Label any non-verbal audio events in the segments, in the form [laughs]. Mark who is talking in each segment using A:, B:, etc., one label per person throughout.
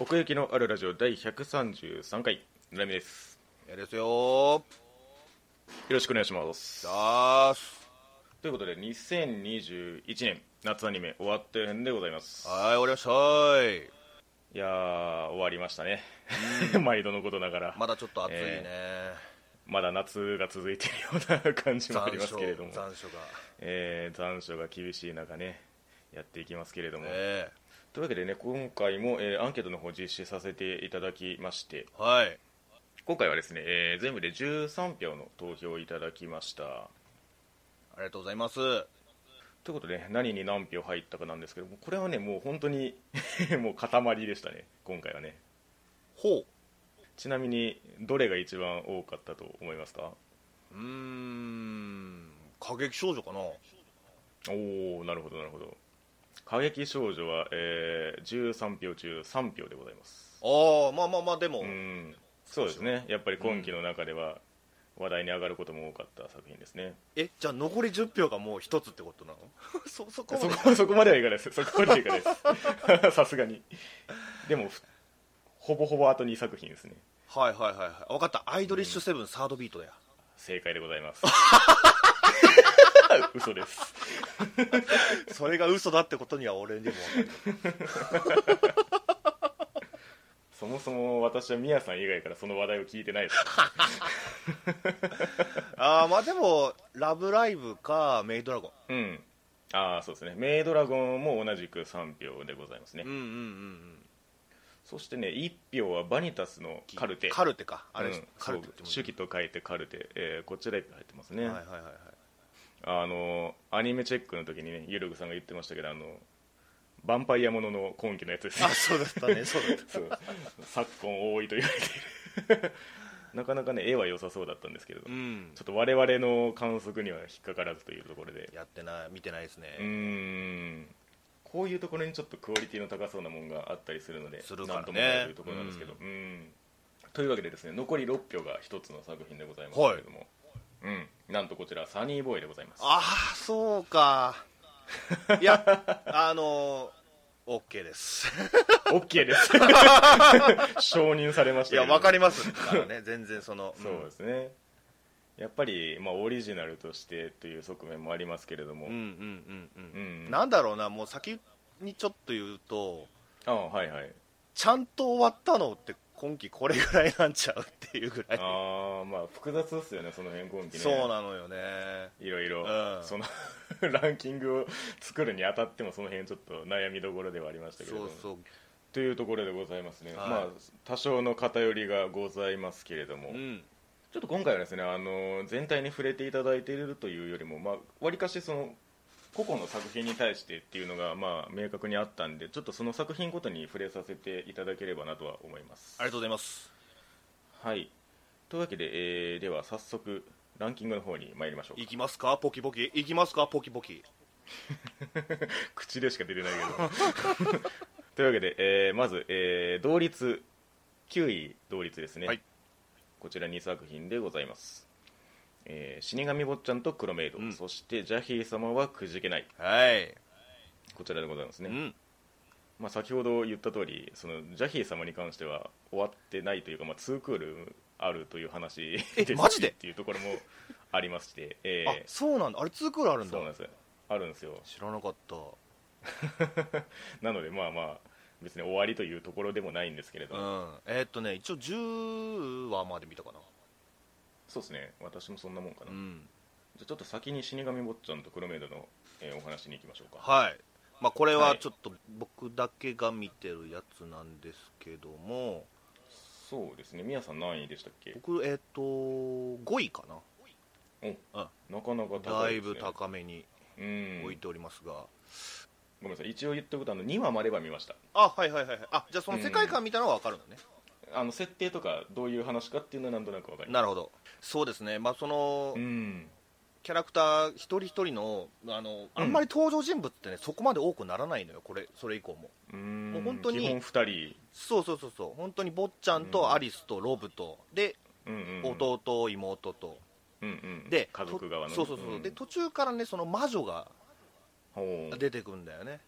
A: 奥行きのあるラジオ第133回ラミです
B: やですよ
A: よろしくお願いします
B: だーす
A: ということで2021年夏アニメ終わった編でございます
B: はい終わりましたーい
A: いやー終わりましたね [laughs] 毎度のことながら
B: まだちょっと暑いね、
A: まだ夏が続いているような感じもあり
B: 残
A: ます
B: 暑
A: けれども
B: 残暑が
A: えー残暑が厳しい中ねやっていきますけれども、
B: え
A: というわけでね今回も、えーアンケートの方実施させていただきまして
B: えはい
A: 今回はですね、えー全部で13票の投票をいただきました
B: ありがとうございます
A: ということで、ね、何に何票入ったかなんですけどもこれはねもう本当に [laughs] もう塊でしたね今回はね
B: ほ
A: ちなみにどれが一番多かったと思いますか
B: ううーん過激少女かな
A: おおなるほどなるほど過激少女は、えー13票中3票でございます
B: ああまあまあまあでも、
A: うんそうですねやっぱり今期の中では話題に上がることも多かった作品ですね、
B: えじゃあ残り10票がもう一つってことなの [laughs] そそこま
A: そ
B: で
A: こそこまではいかないですそこまではいかないですさすがにでもふほぼほぼあと2作品ですね
B: はいはいはいはい分かったアイドリッシュセブンサードビートだよ
A: 正解でございます
B: [laughs]
A: 嘘です
B: それが嘘だってことには俺にも分かる
A: そもそも私はミヤさん以外からその話題を聞いてないです
B: ああまあでも「ラブライブ」か「メイドラゴン
A: うんああそうですねメイドラゴンも同じく3票でございますね、」
B: うんうんうんうん
A: そしてね1票はバニタスのカルテ
B: カルテかあ
A: あ
B: れ、
A: れ、うん、
B: カルテっ
A: そう
B: て
A: 手記と書いてカルテ、えーこっちら1票入ってますね、
B: ねはいはいはいはい
A: あのアニメチェックの時にねゆるぐさんが言ってましたけどあのヴァンパイアものの今期のやつですね
B: あそうだったねそうだっ
A: そう昨今多いと言われている [laughs] なかなかね絵は良さ [laughs] そうだったんですけれど
B: た
A: も、
B: ん
A: ちょっと我々の観測には引っかからずというところで
B: やってない見てないですね
A: うーんこういうところにちょっとクオリティの高そうなもんがあったりするのです
B: るから
A: な
B: ね
A: んともなるというところなんですけど、うんというわけでですね残り6票が1つの作品でございますけれども、うん、なんとこちらサニーボーイでござい [laughs] ます
B: ああそうかいやあのー、OK です
A: [laughs] OK です [laughs] 承認されまし
B: い
A: たけ
B: や
A: ど
B: わかりますからね全然その
A: [laughs] そうですね、やっぱり、まあ、オリジナルとしてという側面もありますけれども、
B: うんうんうんうん
A: う
B: うん、
A: ん
B: なんだろうなもう先にちょっと言うと
A: あはいはい
B: ちゃんと終わったのって今期これぐらいなんちゃうっていうぐらい
A: ああまあ複雑ですよねその辺今期ね
B: そうなのよね
A: いろいろ、
B: うん
A: その [laughs] ランキングを作るにあたってもその辺ちょっと悩みどころではありましたけれど
B: そ
A: も
B: うそう
A: というところでございますね、
B: はい
A: まあ多少の偏りがございますけれども、
B: うん
A: ちょっと今回はですねあの全体に触れていただいているというよりもまあわりかしその個々の作品に対してっていうのがまあ明確にあったんでちょっとその作品ごとに触れさせていただければなとは思います
B: ありがとうございます
A: はいというわけで、えーでは早速ランキングの方に参りましょうか
B: 行きますかポキポキ行きますかポキポキ
A: 口でしか出てないけど [laughs] というわけで、えーまず、えー同率9位同率ですね、
B: はい
A: こちら2作品でございます、えー死神坊ちゃんと黒メイド、
B: うん
A: そしてジャヒー様はくじけない
B: はい
A: こちらでございますね、
B: うん
A: まあ、先ほど言った通りそのジャヒー様に関しては終わってないというか、まあ、2クールあるという話す
B: え
A: し
B: マジで
A: っていうところもありまして、え
B: あそうなんだあれ2クールある
A: ー
B: ん
A: そ
B: だ
A: うなんですよあるんですよ
B: 知らなかった
A: なのでまあまあ別に終わりというところでもないんですけれど
B: う
A: も、
B: んえーっとね一応10話まで見たかな
A: そうですね私もそんなもんかな、
B: う
A: じ
B: ん
A: ゃあちょっと先に死神坊ちゃんと黒メイドの、えーお話に行きましょうか
B: はいまあこれ
A: は
B: はいちょっと僕だけが見てるやつなんですけども
A: そうですねみやさん何位でしたっけ
B: 僕えーっと5位かな
A: なかなか高
B: だ
A: い
B: い
A: です、ね、
B: ぶ高めに
A: うんご
B: 置いておりますが
A: めんなさい一応言っておくとあの2話までは見ました
B: あはいはいはいはいあじゃあその世界観見たのは分かるのね
A: あの設定とかどういう話かっていうのはなんとなくわかりま
B: なるほどそうですねまあその
A: すうん
B: キャラクター一人一人のあのあんまり登場人物ってねそこまで多くならないのよこれそれ以降も
A: うん
B: もう本当に
A: 基本2
B: そうそうそうそう本当に坊ちゃん
A: うん
B: とアリスとロブとで
A: 人、うんうんうん、
B: 弟妹と
A: うんうん
B: で
A: 家族側のね
B: とそうそうそう、
A: ん
B: で途中からねその魔女が
A: ほう
B: 出てくんだよね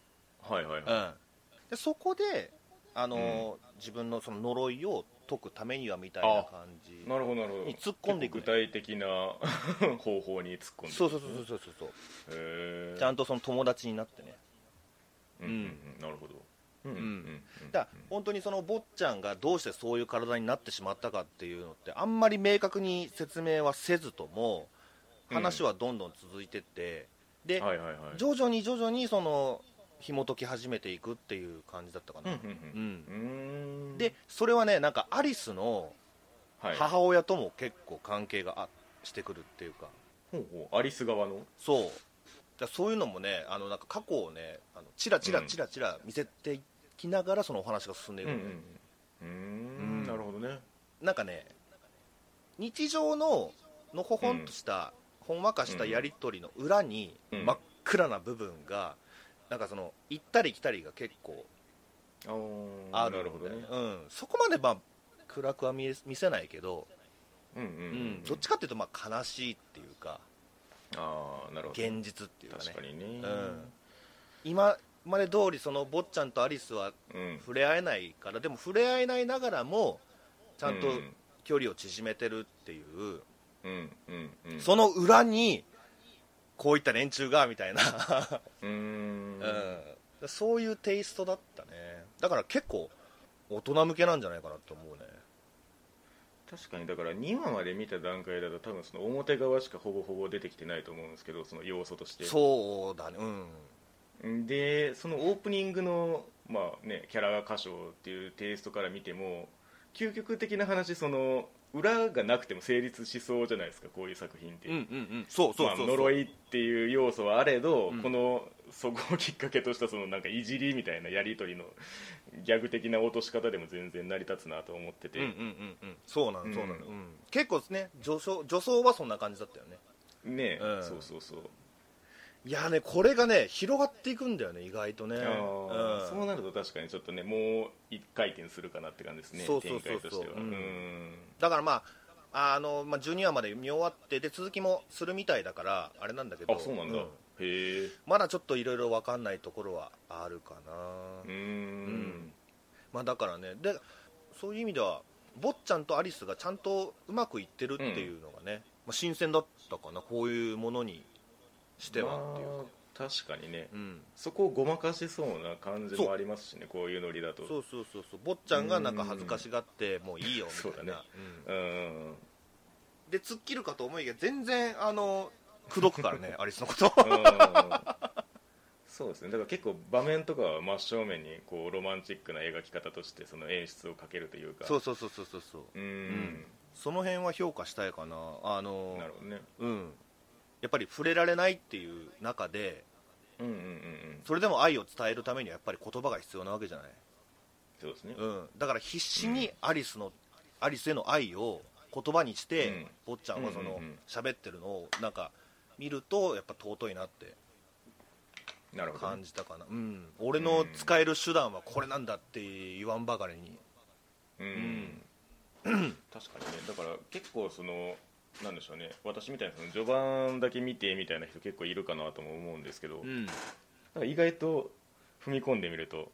A: はいはいは
B: うんでそこであの、自分のその呪いを解くためにはみたいな感じ
A: なるほどなるほど
B: に突っ込んでい
A: 結構
B: くね
A: 具体的な [laughs] 方法に突っ込んで
B: そうそううそうそうそうそう、
A: へえ
B: ちゃんとその友達になってね
A: うんうんうんなるほどうんうんうん
B: だから本当にその坊ちゃんがどうしてそういう体になってしまったかっていうのってあんまり明確に説明はせずとも話はどんどん続いてって、で、
A: はいはいはい
B: 徐々に徐々にその紐解き始めていくっていう感じだったか
A: うん
B: な、
A: うん
B: ん
A: うんうーん
B: でそれはねなんかアリスの
A: はい
B: 母親とも結構関係があしてくるっていうか
A: ほうほうアリス側の
B: そうだからそういうのもねあのなんか過去をねあのチラチラチラチラ見せていきながらそのお話が進んでいく
A: うん
B: の
A: う
B: ね、
A: んうー
B: うん
A: んなるほどね
B: なんかね日常ののほほんとした、ほんわかしたやり取りの裏に、
A: うん
B: 真っ暗な部分がなんかその行ったり来たりが結構
A: あー
B: あ
A: な
B: る
A: るほ
B: んだ
A: ど
B: よ
A: ね
B: ねうん、そこまでまあ暗くは見え見せないけど、
A: うんうん
B: う
A: うんん
B: どっちかっていうとまあ悲しいっていうか
A: ああなるほど
B: 現実っていうかね
A: 確かにね
B: うん今まで通りその坊ちゃんとアリスは
A: うん
B: 触れ合えないからでも触れ合えないながらもちゃんと
A: うん
B: 距離を縮めてるっていう、
A: うんうんうん
B: その裏にこういった連中がみたいな、
A: うーん
B: [laughs] うんそういうテイストだったねだから結構大人向けなんじゃないかなと思うね
A: 確かにだから2話まで見た段階だと多分その表側しかほぼほぼ出てきてないと思うんですけどその要素として
B: そうだねうん
A: でそのオープニングの、まあね、キャラ歌唱っていうテイストから見ても究極的な話その裏がなくても成立しそうじゃないですかこういう作品って、
B: うんうんそうそうそうそう、
A: まあ、呪いっていう要素はあれど、
B: うん
A: このそこをきっかけとしたそのなんかいじりみたいなやり取りのギャグ的な落とし方でも全然成り立つなと思ってて、
B: うんうんうんうんそうなのそうなの、
A: うん
B: うん結構ですね女装女装はそんな感じだったよね
A: ね、
B: うん
A: そうそうそう、
B: いやねこれがね広がっていくんだよね意外とね
A: あー
B: うん
A: そうなると確かにちょっとねもう一回転するかなって感じですね
B: そうそうそうそう
A: 展開としては
B: うん
A: ん
B: だからまああの、まあ、12話まで見終わってで続きもするみたいだからあれなんだけど
A: あそうなんだ、
B: う
A: へえ
B: まだちょっといろいろ分かんないところはあるかな、
A: うーん
B: まあ、だからねでそういう意味では坊ちゃんとアリスがちゃんとうまくいってるっていうのがね、まあ、新鮮だったかなこういうものにしてはっていうか、
A: まあ確かにね
B: うん、
A: そこをごまかしそうな感じもありますしねこういうノリだと
B: そうそうそうそう坊ちゃんがなんか恥ずかしがってもういいよみた
A: そ
B: いな、
A: うだねうんうん [laughs]
B: うんで突っ切るかと思いきや全然あの口説くか
A: [laughs]
B: らねアリスのこと
A: うんそうですねだから結構場面とかは真正面にこうロマンチックな描き方としてその演出をかけるというか
B: そうそうそうそうそうそう
A: うーん
B: んその辺は評価したいかなあの
A: なるほどね
B: うん、やっぱり触れられないっていう中で
A: うんうんうんうん
B: それでも愛を伝えるためにはやっぱり言葉が必要なわけじゃない、
A: そうですね
B: うん、だから必死にアリスの、アリスへの愛を言葉にして、
A: うん
B: 坊っちゃんがそ
A: うん
B: の
A: うんうん
B: 喋、ってるのをなんか見るとやっぱ尊いなって
A: なるほどね
B: 感じたかな、うん、俺の使える手段はこれなんだって言わんばかりに、
A: うん、確かにねだから結構そのなんでしょうね私みたいなその序盤だけ見てみたいな人結構いるかなとも思うんですけど、なん
B: ん、
A: か意外と踏み込んでみると、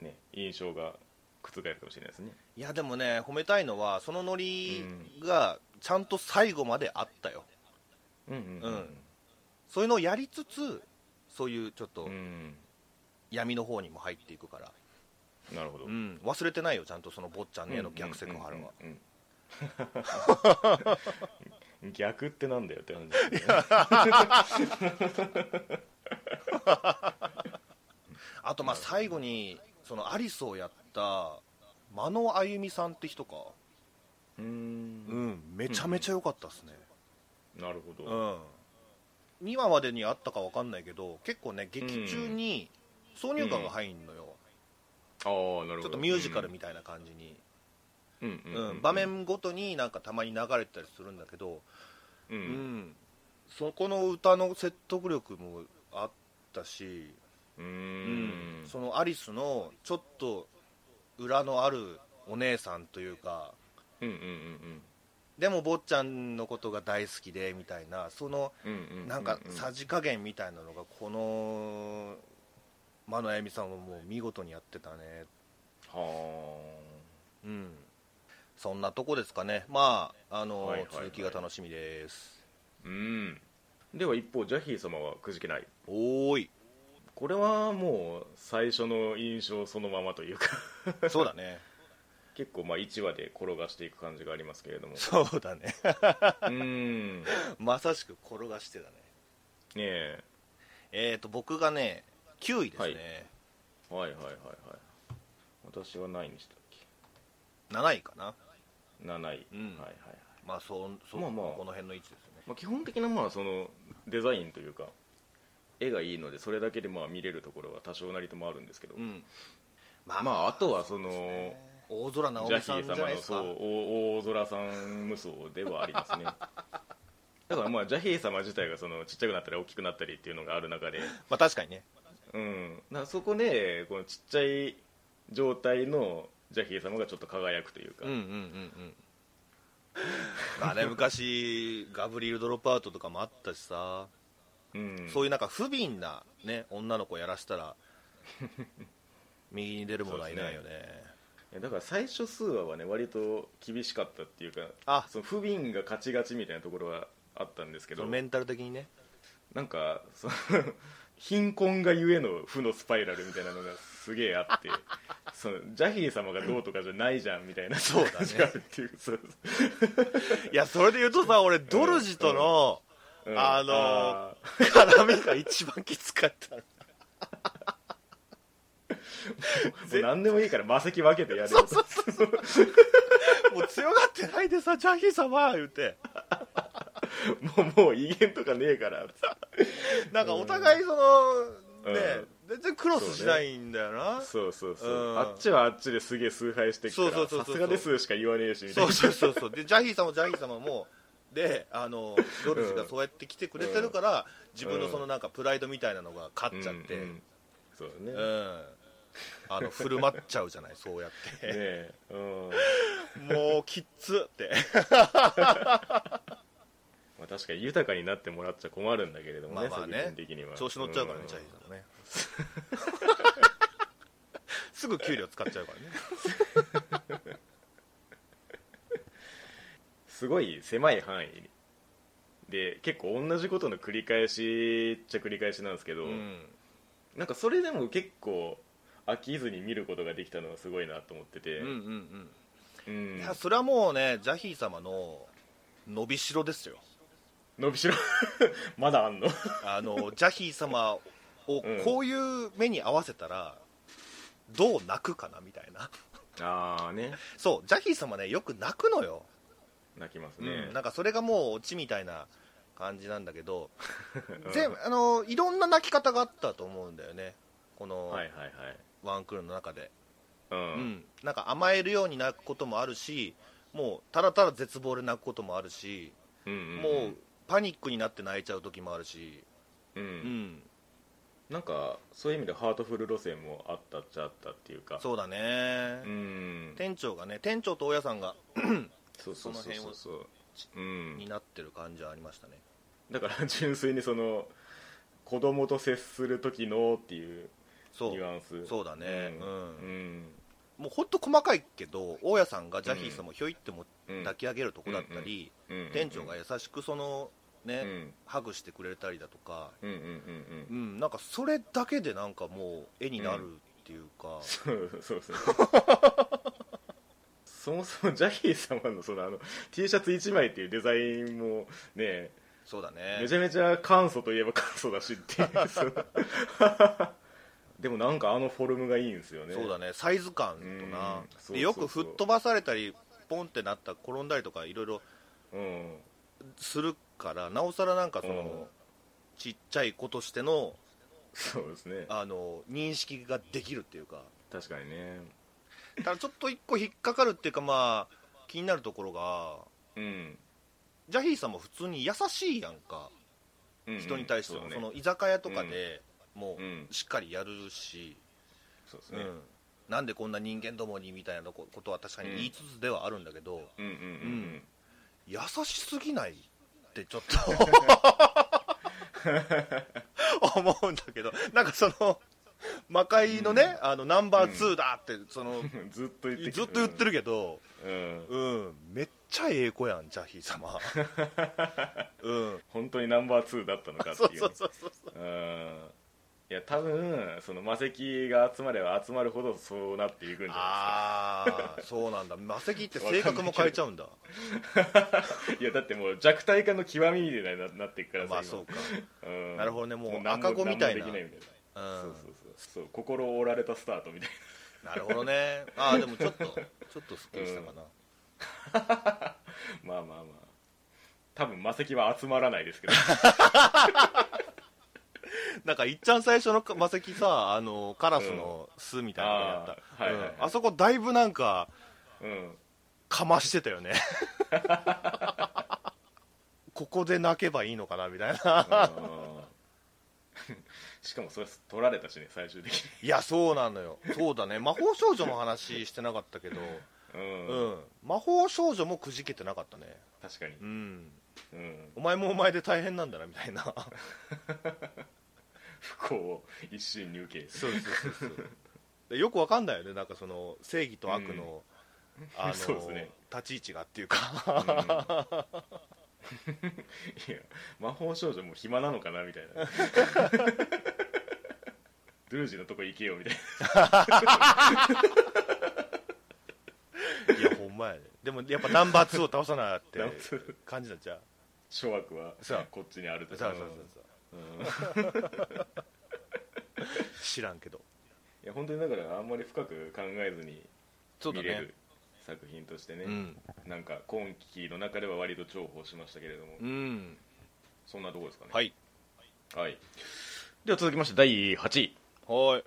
A: ね、印象が覆るかもしれないですね
B: いやでもね褒めたいのはそのノリがちゃんと最後まであったよ、
A: うんうんうん
B: そういうのをやりつつそういうちょっ
A: う
B: と
A: ん、
B: 闇の方にも入っていくから、
A: なるほど、
B: うん忘れてないよちゃんとその坊っちゃんへの逆セクハラは、
A: うんうんうん [laughs] 逆ってなんだよって感じ
B: [laughs] あとまあ最後にそのアリスをやった真野あゆみさんって人か
A: うーん
B: んめちゃめちゃ良かったですね
A: なるほ
B: う
A: ど、
B: ん、2話までにあったか分かんないけど結構ね劇中に挿入歌が入んのよ、
A: ああなるほど
B: ちょっとミュージカルみたいな感じに、
A: うんうん
B: うん場面ごとになんかたまに流れてたりするんだけど、
A: うん、
B: うんそこの歌の説得力もあったし、
A: う
B: うんそのアリスのちょっと裏のあるお姉さんというか
A: うんうんうん
B: でも坊ちゃんのことが大好きでみたいなその
A: うんうんうう
B: なんかさじ加減みたいなのがこの真野あゆみさんはもう見事にやってたね
A: は
B: うん、そんなとこですかね、まああの
A: はいはいはい
B: 続きが楽しみです。
A: あうんでは一方ジャヒー様はくじけない
B: おーい、
A: これはもう最初の印象そのままというか [laughs]
B: そうだね、
A: 結構まあ1話で転がしていく感じがありますけれ [laughs] ども
B: そうだね、
A: うんね
B: まさしく転がしてだね、
A: え
B: えー、と僕がね、9位です
A: はい
B: ね、
A: はいはいはいはい私は何位にしたっけ
B: 7位かな、
A: 7位、
B: うん
A: はいはいはい、
B: まあそそ、
A: まあまあ
B: この辺の位置ですね、
A: まあ、基本的なまあそのデザインというか絵がいいのでそれだけでまあ見れるところは多少なりともあるんですけど、
B: うん、ま
A: まああとはその
B: 大空直
A: ジャ
B: 美
A: ヒ
B: さん
A: ー
B: じゃな
A: 様
B: い
A: の
B: です
A: そう
B: か、
A: お大空さん無双ではあります
B: [laughs]
A: ねだからまあジャヒー様自体がそのちっちゃくなったり大きくなったりっていうのがある中で、
B: まあ確かにね、
A: うん、だからそこでこのちっちゃい状態のジャヒー様がちょっと輝くというか、
B: うんうんうんうん、まあね、昔、ガブリエル・ドロップアウトとかもあったしさ。
A: うん
B: そういうなんか不憫な、ね、女の子やらした [laughs] ら右に出る者はいないよね
A: いやだから最初数話はね割と厳しかったっていうか
B: あ
A: その不憫がガチガチみたいなところはあったんですけ
B: そ
A: ど
B: のメンタル的にね
A: なんかその [laughs] 貧困がゆえの負のスパイラルみたいなのがすげえあって
B: [laughs]
A: そのジャヒー様がどうとかじゃないじゃんみたいな
B: そうだね
A: 感じがあるっていうそう
B: いやそれで言うとさ俺ドルジとの
A: うん
B: あのー
A: あ
B: 絡みが一番きつかった
A: ーもう何でもいいから魔石分けてやるよ
B: [laughs] そうそうそうそうもう強がってないでさジャヒー様言うて
A: [laughs] もうもう威厳とかねえから
B: なんかお互いその、ね
A: うん
B: 全然クロスしないんだよなそう,、
A: そうそうそう、
B: うん
A: あっちはあっちですげえ崇拝してきた
B: そうそう
A: ら
B: そうそう
A: さすがですしか言わねえしみたい
B: そう
A: な
B: そうそうでジャヒー様もジャヒー様もであのドルジがそうやって来てくれてるから、自分のそのなんかプライドみたいなのが勝っちゃって、
A: うんうんそうだね、
B: う
A: ね
B: ん、あの振る舞っちゃうじゃないそうやって
A: えうん
B: もうきっつって
A: まあ、確かに豊かになってもらっちゃ困るんだけれども
B: ま
A: ね,、
B: あまあ
A: 作
B: ね
A: 品的には
B: 調子乗っちゃうからね
A: ん
B: チャーヒーさんもね [laughs] すぐ給料使っちゃうからね
A: すごい狭い範囲で結構同じことの繰り返しっちゃ繰り返しなんですけど、
B: うん
A: なんかそれでも結構飽きずに見ることができたのはすごいなと思ってて、
B: うんうん
A: うん
B: うんいやそれはもうねジャヒー様の伸びしろですよ
A: 伸びしろ [laughs] まだあんの [laughs]
B: あのジャヒー様を
A: うん
B: こういう目に合わせたらどう泣くかなみたいな
A: ああね
B: そうジャヒー様ねよく泣くのよ
A: 泣きますね、
B: うん、なんかそれがもうオチみたいな感じなんだけど全部あのいろんな泣き方があったと思うんだよねこの
A: はいはい
B: ワンクールの中で、
A: はい、うん
B: うん、なんか甘えるように泣くこともあるしもうただただ絶望で泣くこともあるし、
A: うんうんん
B: もうパニックになって泣いちゃう時もあるし、
A: うん、
B: うん、
A: なんかそういう意味でハートフル路線もあったっちゃあったっていうか
B: そうだね、
A: うん
B: 店長がね店長と大家さんが
A: そうそうそうそうそううん
B: になってる感じはありましたね
A: だから [laughs] 純粋にその子供と接する時のっていう
B: そ
A: ニュ
B: う
A: アンス
B: そうだね
A: う
B: うん
A: ん
B: もうほんと細かいけど大家さんがジャヒーさんもひょいっても
A: うん
B: 抱き上げるとこだったり、
A: うん
B: 店長が優しくそのね、
A: うん
B: ハグしてくれたりだとか、
A: うんうんうんうん
B: うん、なんかそれだけでなんかもう絵になるっていうか、
A: そうそうそう
B: [laughs]
A: そもそもジャヒー様のそのあの T シャツ1枚っていうデザインもね
B: そうだね
A: めちゃめちゃ簡素といえば [laughs] 簡素だしっていうそのでもなんかあのフォルムがいいんですよね
B: そうだねサイズ感とな
A: うん、そうそうそう
B: でよく吹っ飛ばされたりポンってなった転んだりとかいろいろ
A: うん
B: するからなおさらなんかその、
A: うん
B: ちっちゃい子としての
A: そうですね
B: あの認識ができるっていうか
A: 確かにね
B: ただちょっと一個引っかかるっていうかまあ気になるところが
A: うん
B: ジャヒーさんも普通に優しいやんか
A: うんうん
B: 人に対しても、
A: そう
B: そ
A: ね
B: の居酒屋とかでも
A: うん
B: うしっかりやるし、
A: そうです
B: うん
A: ね
B: なんでこんな人間どもにみたいなこことは確かに言いつつではあるんだけど、
A: うんうんうん
B: 優しすぎないってちょっと思うんだけどなんかその魔界のね、あのナンバー2だって、その
A: [laughs] ずっと言って
B: ずっと言って
A: る、
B: るけど、
A: うん、
B: うん、めっちゃええ子やん、ジャヒー様。うん、
A: 本当にナンバー2だったのかって
B: そう
A: いう
B: そうそうそう。
A: うんいや多分その魔石が集まれば集まるほどそうなっていくんじゃ
B: ああ、そうなんだ。魔石って性格も変えちゃうんだ。
A: ないですかいやだってもう弱体化の極みみたいにななっていくから
B: まあそうか。
A: うん
B: なるほどねもう
A: 何も
B: 赤子みたいな
A: 何もできないみたい
B: うん
A: な、そうそうそうそう心折られたスタートみたい
B: なるほどね。ああ、でもちょっと、ちょっとスッキリしたかな。
A: な [laughs] まあまあまあ多分魔石は集まらないです
B: [laughs]
A: けど
B: なんかいっちゃん最初の魔石さあのカラスの巣みたいなのやった、
A: あーはいはいはい
B: うんあそこだいぶなんか
A: うん [laughs]
B: かましてたよね [laughs] ここで泣けばいいのかなみたい
A: [laughs]
B: な
A: あーしかもそれ取られたしね最終的に
B: いやそうなのよそうだね魔法少女の話してなかったけど、
A: うん、
B: うん、魔法少女もくじけてなかったね
A: 確かに
B: う、ん
A: うん、
B: お前もお前で大変なんだなみたいな
A: 不幸を一心に受け
B: そうそうそうそうで [laughs] よくわかんないよねなんかその正義と悪の、あの
A: そうですね
B: 立ち位置がっていうか
A: うんいや魔法少女もう暇なのかなみたいなドゥルージのとこ行けよみたい
B: いやほんまやねでもやっぱナンバー2を倒さなっ
A: な
B: て感じになっちゃう
A: 諸悪は
B: そう
A: こっちにある
B: そ
A: と
B: うそうそうそう
A: うんい
B: 知らんけど
A: や本当にだからあんまり深く考えずに見れる作品としてね
B: うん、
A: なんか今期の中では割と重宝しましたけれども
B: うん、
A: そんなとこですかね
B: はい
A: はいでは続きまして第8位
B: はい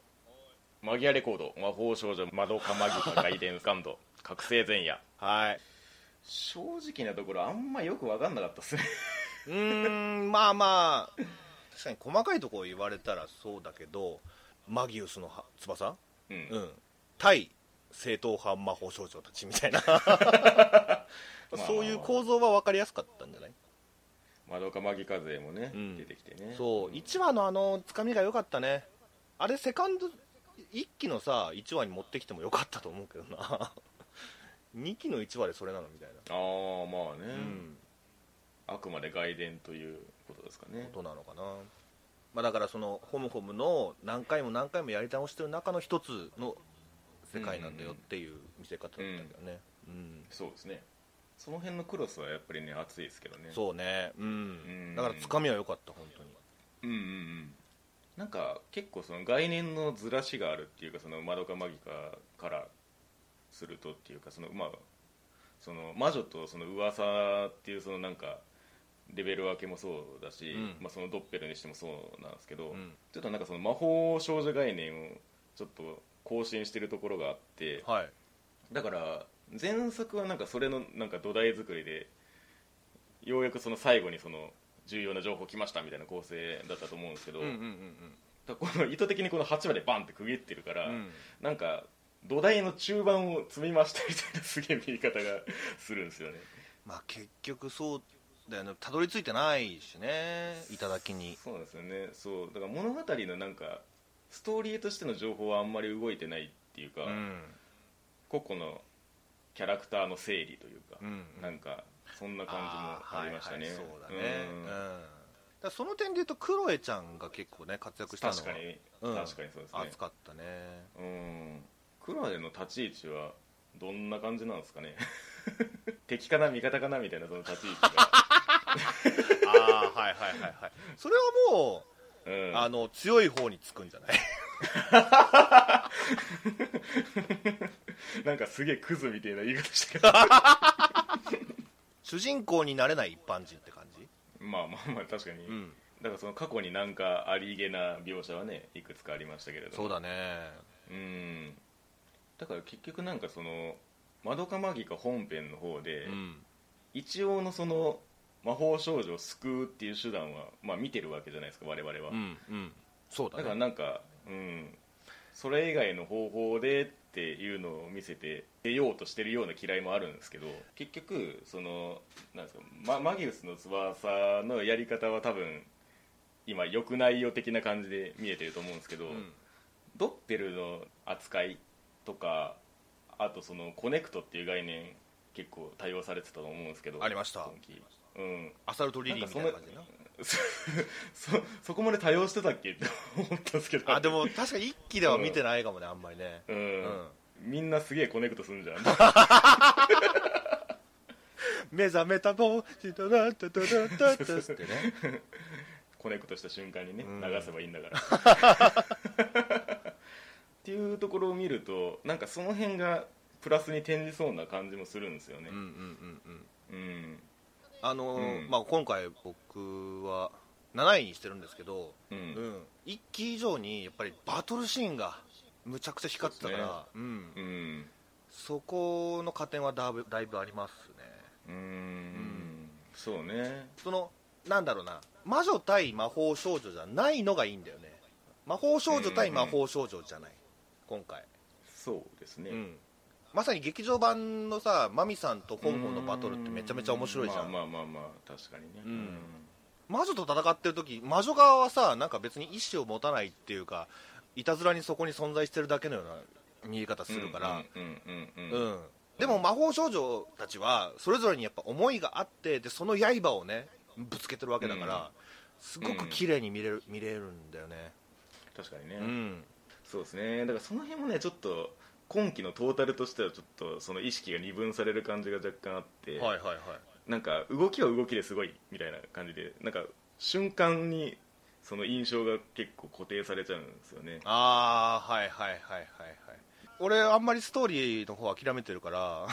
A: マギアレコード魔法少女マドカマギカ外伝スカンド覚醒前夜
B: はい
A: 正直なところあんまよく分かんなかったっすね
B: うーんまあまあ確かに細かいとこ言われたらそうだけどマギウスのは翼
A: うん、
B: うん対正統派魔法少女たちみたい [laughs] なそういう構造は分かりやすかったんじゃない
A: マドカマギカ勢もね、
B: うん
A: 出てきてね
B: そう1話のあのつかみが良かったねあれセカンド1期のさ1話に持ってきても良かったと思うけどな2期の1話でそれなのみたい
A: ああまあね、
B: なうん
A: あくまで外伝ということですかね
B: ことなのかな、まあ、だからそのホムホムの何回も何回もやり直してる中の一つの世界なんだよっていう見せ方だったんだよねうん、
A: そうですねその辺のクロスはやっぱりね熱いですけどね
B: そうねうん、
A: ん
B: だからつかみは良かった本当に
A: うんうんうんなんか結構その概念のずらしがあるっていうかそのマドカマギカからするとっていうかそのまあその魔女とその噂っていうそのなんかレベル分けもそうだし、
B: うん
A: まあ、そのドッペルにしてもそうなんですけど、
B: うん
A: ちょっとなんかその魔法少女概念をちょっと更新してるところがあって
B: はい
A: だから前作はなんかそれのなんか土台作りでようやくその最後にその重要な情報来ましたみたいな構成だったと思うんですけど、
B: うんうん
A: だからこの意図的にこの8話でバンって区切ってるから、
B: うんうん
A: なんか土台の中盤を積みましたみたいなすげえ見え方がするんですよね
B: まあ結局そうだよねたどり着いてないしね頂きに
A: そうなんですよねそうだから物語のなんかストーリーとしての情報はあんまり動いてないっていうか、
B: うん
A: 個々のキャラクターの整理というか、
B: うん
A: なんかそんな感じもありましたね、
B: はいはいそうだねうんだからその点で言うとクロエちゃんが結構ね活躍したのは
A: 確かに、
B: うん
A: 確かにそうですね
B: 熱かったね
A: うんクロアでの立ち位置はどんな感じなんですかね [laughs] 敵かな味方かなみたいなその立ち位置が、
B: [laughs] ああはいはいはいはい [laughs] それはも
A: う
B: う、
A: ん、
B: あの強い方につくんじゃない
A: なんかすげえクズみたいな言い方して
B: [laughs]
A: から
B: 主人公になれない一般人って感じ
A: まあまあまあ確かに、
B: ん
A: だからその過去になんかありげな描写はねいくつかありましたけれども
B: そうだね
A: うんだから結局なんかその「まどかマギカ」本編の方で、
B: うん
A: 一応のその魔法少女を救うっていう手段は、まあ、見てるわけじゃないですか我々は、
B: うんうんそうだ
A: だから
B: ね
A: なんか、うん、それ以外の方法でっていうのを見せて出ようとしてるような嫌いもあるんですけど結局そのなんですか、ま、マギウスの翼のやり方は多分今良くないよ的な感じで見えてると思うんですけど、
B: うん
A: ドッペルの扱いとかあとそのコネクトっていう概念結構対応されてたと思うんですけど
B: ありました
A: 今期うん [laughs]
B: アサルトリリーみたいな感じでな
A: そそそこまで多用してたっけって思ったんですけど
B: あでも確かに一期では見てないかもね、あんまりね
A: うん、
B: うん
A: みんなすげえコネクトするん
B: [laughs]
A: じゃん
B: 目覚めたぼうしとらたたたたたってね
A: コネクトした瞬間にね
B: うん
A: 流せばいいんだから、
B: [laughs]
A: っていうところを見るとなんかその辺がプラスに転じそうな感じもするんですよね
B: うんうんうんうん
A: うん
B: あのー
A: うん
B: まあ、今回僕は7位にしてるんですけど、
A: う、
B: うん1期以上にやっぱりバトルシーンがむちゃくちゃ光ってたからそ,、うん、
A: うん
B: そこの加点はだいぶだいぶありますね
A: うーんそうね
B: そのなんだろうな魔女対魔法少女じゃないのがいいんだよね魔法少女対魔法少女じゃない、今回、
A: そうですね、
B: うんまさに劇場版のさマミさんとホンホンのバトルってめちゃめちゃ面白いじゃん、
A: まあまあまあ、まあ、確かにね
B: うん魔女と戦ってる時魔女側はさなんか別に意志を持たないっていうかいたずらにそこに存在してるだけのような見え方するから
A: うんうんうん
B: う、
A: うんんうん
B: でも魔法少女たちはそれぞれにやっぱ思いがあってでその刃をねぶつけてるわけだから、
A: うん
B: すごく綺麗に見れる見れるんだよね
A: 確かにね、
B: うん
A: そうですねだからその辺もねちょっと今期のトータルとしてはちょっとその意識が二分される感じが若干あって、
B: はいはいはい
A: なんか動きは動きですごいみたいな感じでなんか瞬間にその印象が結構固定されちゃうんですよ
B: [laughs]
A: ね
B: ああはいはいはいはいはい俺あんまりストーリーの方諦めてるから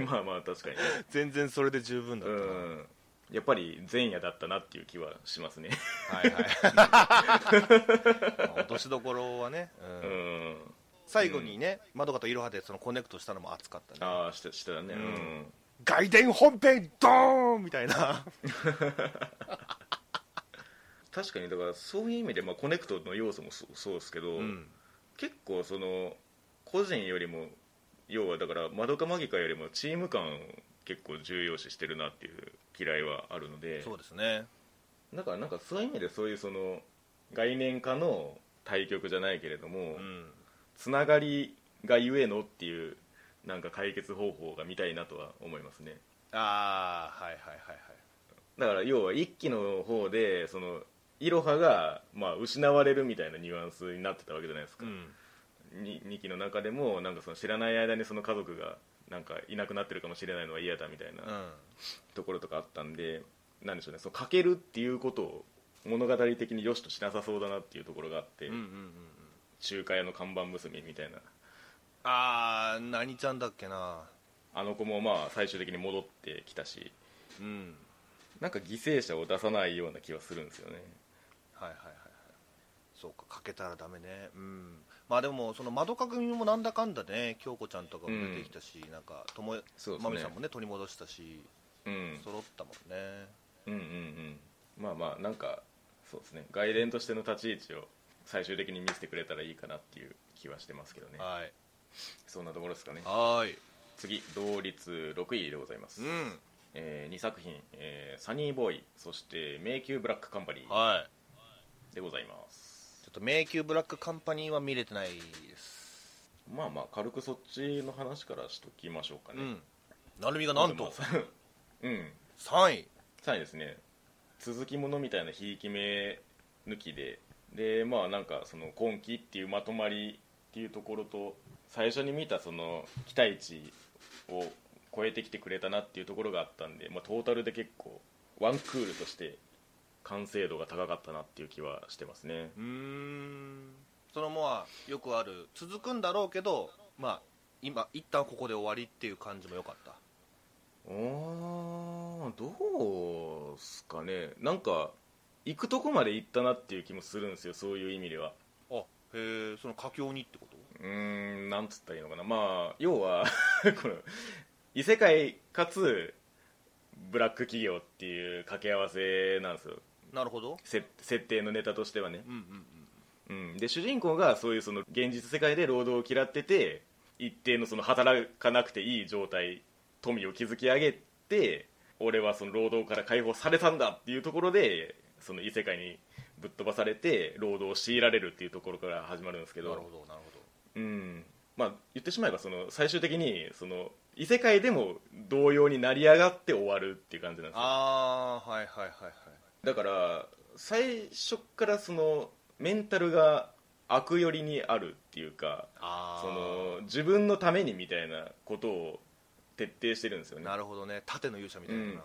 A: まあまあ確かにね
B: 全然それで十分だ
A: う
B: ったな、
A: んやっぱり前夜だったなっていう気はしますね
B: はいはいまあ [laughs] 落としどころはね、
A: う
B: うん
A: ん
B: 最後にね、まどかといろはでそのコネクトしたのも熱かったね
A: ああしたしたらね、
B: う
A: うんん
B: 外伝本編ドーンみたいな
A: 確かにだからそういう意味で、まあ、コネクトの要素もそそうですけど、
B: うん
A: 結構その個人よりも要はだからマドカマギカよりもチーム感を結構重要視してるなっていう嫌いはあるので
B: そうですね
A: だからなんかそういう意味でそういうその概念化の対局じゃないけれども、
B: うん
A: つながりがゆえのっていうなんか解決方法が見たいなとは思いますね
B: ああはいはいはいはい
A: だから要は一期の方でそのイロハがまあ失われるみたいなニュアンスになってたわけじゃないですか、
B: ん
A: に2期の中でもなんかその知らない間にその家族がなんかいなくなってるかもしれないのは嫌だみたいなところとかあったんで、なんでしょうねそのかけるっていうことを物語的によしとしなさそうだなっていうところがあって、
B: うんうんうんうん
A: 中華屋の看板娘みたいな
B: ああ何ちゃんだっけな
A: あの子もまあ最終的に戻ってきたし
B: うん
A: なんか犠牲者を出さないような気はするんですよね
B: はいはいはいはいそうかかけたらダメねうんまあでもそのまどか組もなんだかんだね京子ちゃんとかも出てきたし、なんかともえ
A: そうですね
B: まみさんもね取り戻したし
A: うん
B: 揃ったもんね
A: うんうんうんまあまあなんかそうですね外伝としての立ち位置を最終的に見せてくれたらいいかなっていう気はしてますけどね
B: はい
A: そんなところですかね
B: はーい
A: 次同率6位でございます、
B: うん
A: え2作品、えーサニーボーイそして迷宮ブラックカンパニー
B: はい
A: でございます
B: ちょっと迷宮ブラックカンパニーは見れてないです
A: まあまあ軽くそっちの話からしときましょうか
B: う
A: ね、
B: んなるみがなん
A: ま
B: と
A: あまあ [laughs] うん
B: 3位
A: さらにですね続きものみたいなひいき目抜きででまあなんかその今期っていうまとまりっていうところと最初に見たその期待値を超えてきてくれたなっていうところがあったんで、まあ、トータルで結構ワンクールとして完成度が高かったなっていう気はしてますね
B: うーんそのまあよくある続くんだろうけどまあ今一旦ここで終わりっていう感じも良かった
A: あーどうすかねなんか行くとこまで行ったなっていう気もするんですよそういう意味では
B: あへえその佳境にってこと
A: うーんなんつったらいいのかなまあ要は [laughs] この異世界かつブラック企業っていう掛け合わせなんですよ
B: なるほど
A: せ設定のネタとしてはね
B: う、んうんうん
A: うん、で主人公がそういうその現実世界で労働を嫌ってて一定のその働かなくていい状態富を築き上げて俺はその労働から解放されたんだっていうところでその異世界にぶっ飛ばされて労働を強いられるっていうところから始まるんですけど
B: なるほどなるほど
A: うんまあ、言ってしまえばその最終的にその異世界でも同様になり上がって終わるっていう感じなんですよ
B: ああはいはいはいはい
A: だから最初からそのメンタルが悪寄りにあるっていうか
B: あ
A: そ
B: あ
A: の自分のためにみたいなことを徹底してるんですよね
B: なるほどね盾の勇者みたいな、
A: うん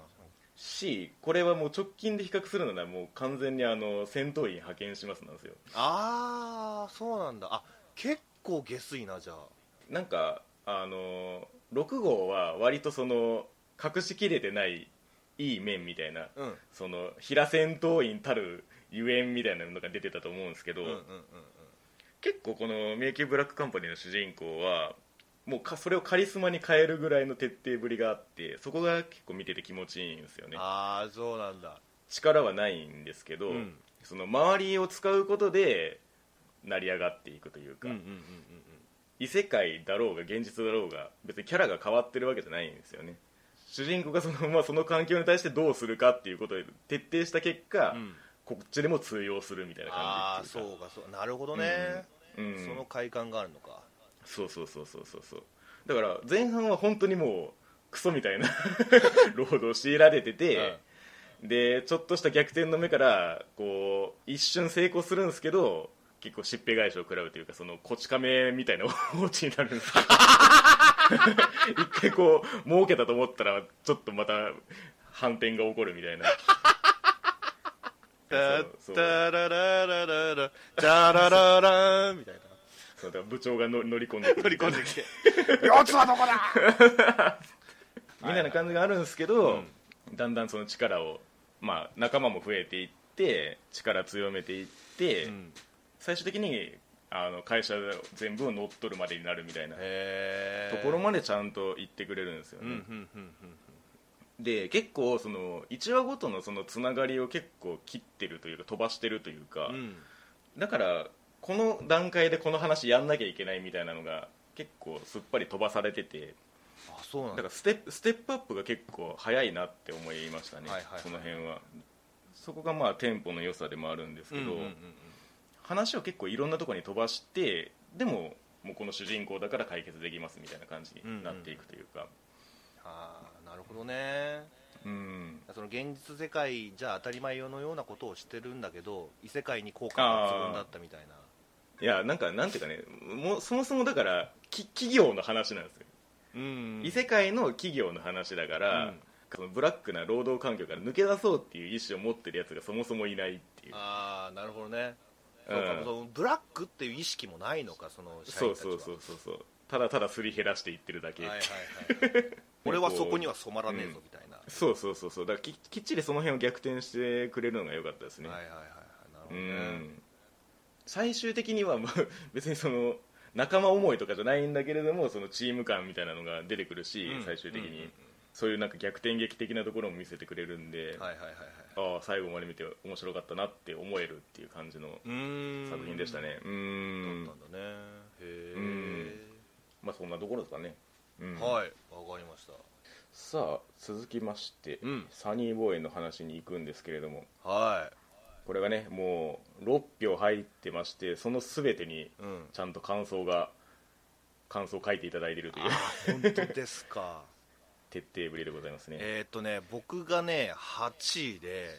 A: しこれはもう直近で比較するならもう完全にあの戦闘員派遣しますなんですよ
B: ああそうなんだあ結構下水なじゃあ
A: なんかあの6号は割とその隠しきれてないいい面みたいな
B: うん
A: その平戦闘員たるゆえんみたいなのが出てたと思うんですけど、
B: うんうんうんうん
A: 結構この「迷宮ブラックカンパニー」の主人公はもうかそれをカリスマに変えるぐらいの徹底ぶりがあってそこが結構見てて気持ちいいんですよね
B: ああそうなんだ
A: 力はないんですけど、
B: うん
A: その周りを使うことで成り上がっていくというか、
B: うんうんうんうんうん
A: 異世界だろうが現実だろうが別にキャラが変わってるわけじゃないんですよね主人公がその,、まあ、その環境に対してどうするかっていうことで徹底した結果、
B: うん
A: こっちでも通用するみたいな感
B: ああ
A: じってい
B: そううかそうなるほどね、
A: かうん
B: その快感があるのか
A: そうそうそうそうそうそうだから前半は本当にもうクソみたいな労働を強いられてて、でちょっとした逆転の目からこう一瞬成功するんですけど結構しっぺ返しを食らうというかそのこち亀みたいなお家になるんですけど一回こう儲けたと思ったらちょっとまた反転が起こるみたいなそう
B: タッ
A: そう
B: タラララララチャララランみたいな
A: そうだから部長がの乗り込んでくるみたいな
B: て [laughs] きて「四つはどこだ!
A: みたいな感じがあるんですけど、だんだんその力を、まあ、仲間も増えていって力強めていって、
B: うん」
A: 最終的にあの会社全部を乗っ取るまでになるみたいなと
B: へえ
A: ころまでちゃんと言ってくれるんですよ
B: うんう
A: ね、
B: んうんうん
A: で結構その1話ごとのそのつながりを結構切ってるというか飛ばしてるというか、
B: うん
A: だからこの段階でこの話やんなきゃいけないみたいなのが結構すっぱり飛ばされてて
B: あそうなん
A: だか
B: だ
A: らステップステップアップが結構早いなって思いましたね、
B: はいはいはい
A: その辺はそこがまあテンポの良さでもあるんですけ
B: うん
A: ど、
B: うんうんうん
A: 話を結構いろんなところに飛ばしてでももうこの主人公だから解決できますみたいな感じになっていくというか、
B: ああなるほどね
A: うん
B: その現実世界じゃ当たり前のようなことをしてるんだけど異世界に効果が自分だったみたいない
A: やなんかなんていうかねもうそもそもだからき企業の話なんですよ、
B: うん
A: 異世界の企業の話だから、
B: うん
A: そのブラックな労働環境から抜け出そうっていう意思を持ってるやつがそもそもいないっていう
B: ああなるほどね
A: うん
B: そうかそのブラックっていう意識もないのかその社
A: そ
B: 員
A: う
B: たちは
A: そうそうそうそうただただすり減らしていってるだけ、
B: はいはいはい
A: [laughs]
B: 俺はそこには染まらねえぞみたいな、
A: そうそうそうそうだからききっちりその辺を逆転してくれるのが良かったですね、
B: はいはいはいはいなるほ
A: う
B: どね
A: ん最終的にはまあ [laughs] 別にその仲間思いとかじゃないんだけれどもそのチーム感みたいなのが出てくるし、
B: うん
A: 最終的に、
B: うんうんうん
A: そういうなんか逆転劇的なところも見せてくれるんで、
B: はいはいはいはい
A: ああ最後まで見て面白かったなって思えるっていう感じの
B: うーん
A: 作品でしたねうん
B: だったんだねへ
A: まあそんなところですかね、うん
B: えはいわかりました
A: さあ続きまして、
B: うん
A: サニーボーイの話に行くんですけれども
B: は
A: これがねもう6票入ってましてその全てに
B: いうん
A: ちゃんと感想が感想を書いていただいているという
B: あ本当ですか
A: [laughs] 徹底ぶりでございますね
B: [laughs] えーっとね僕がね8位で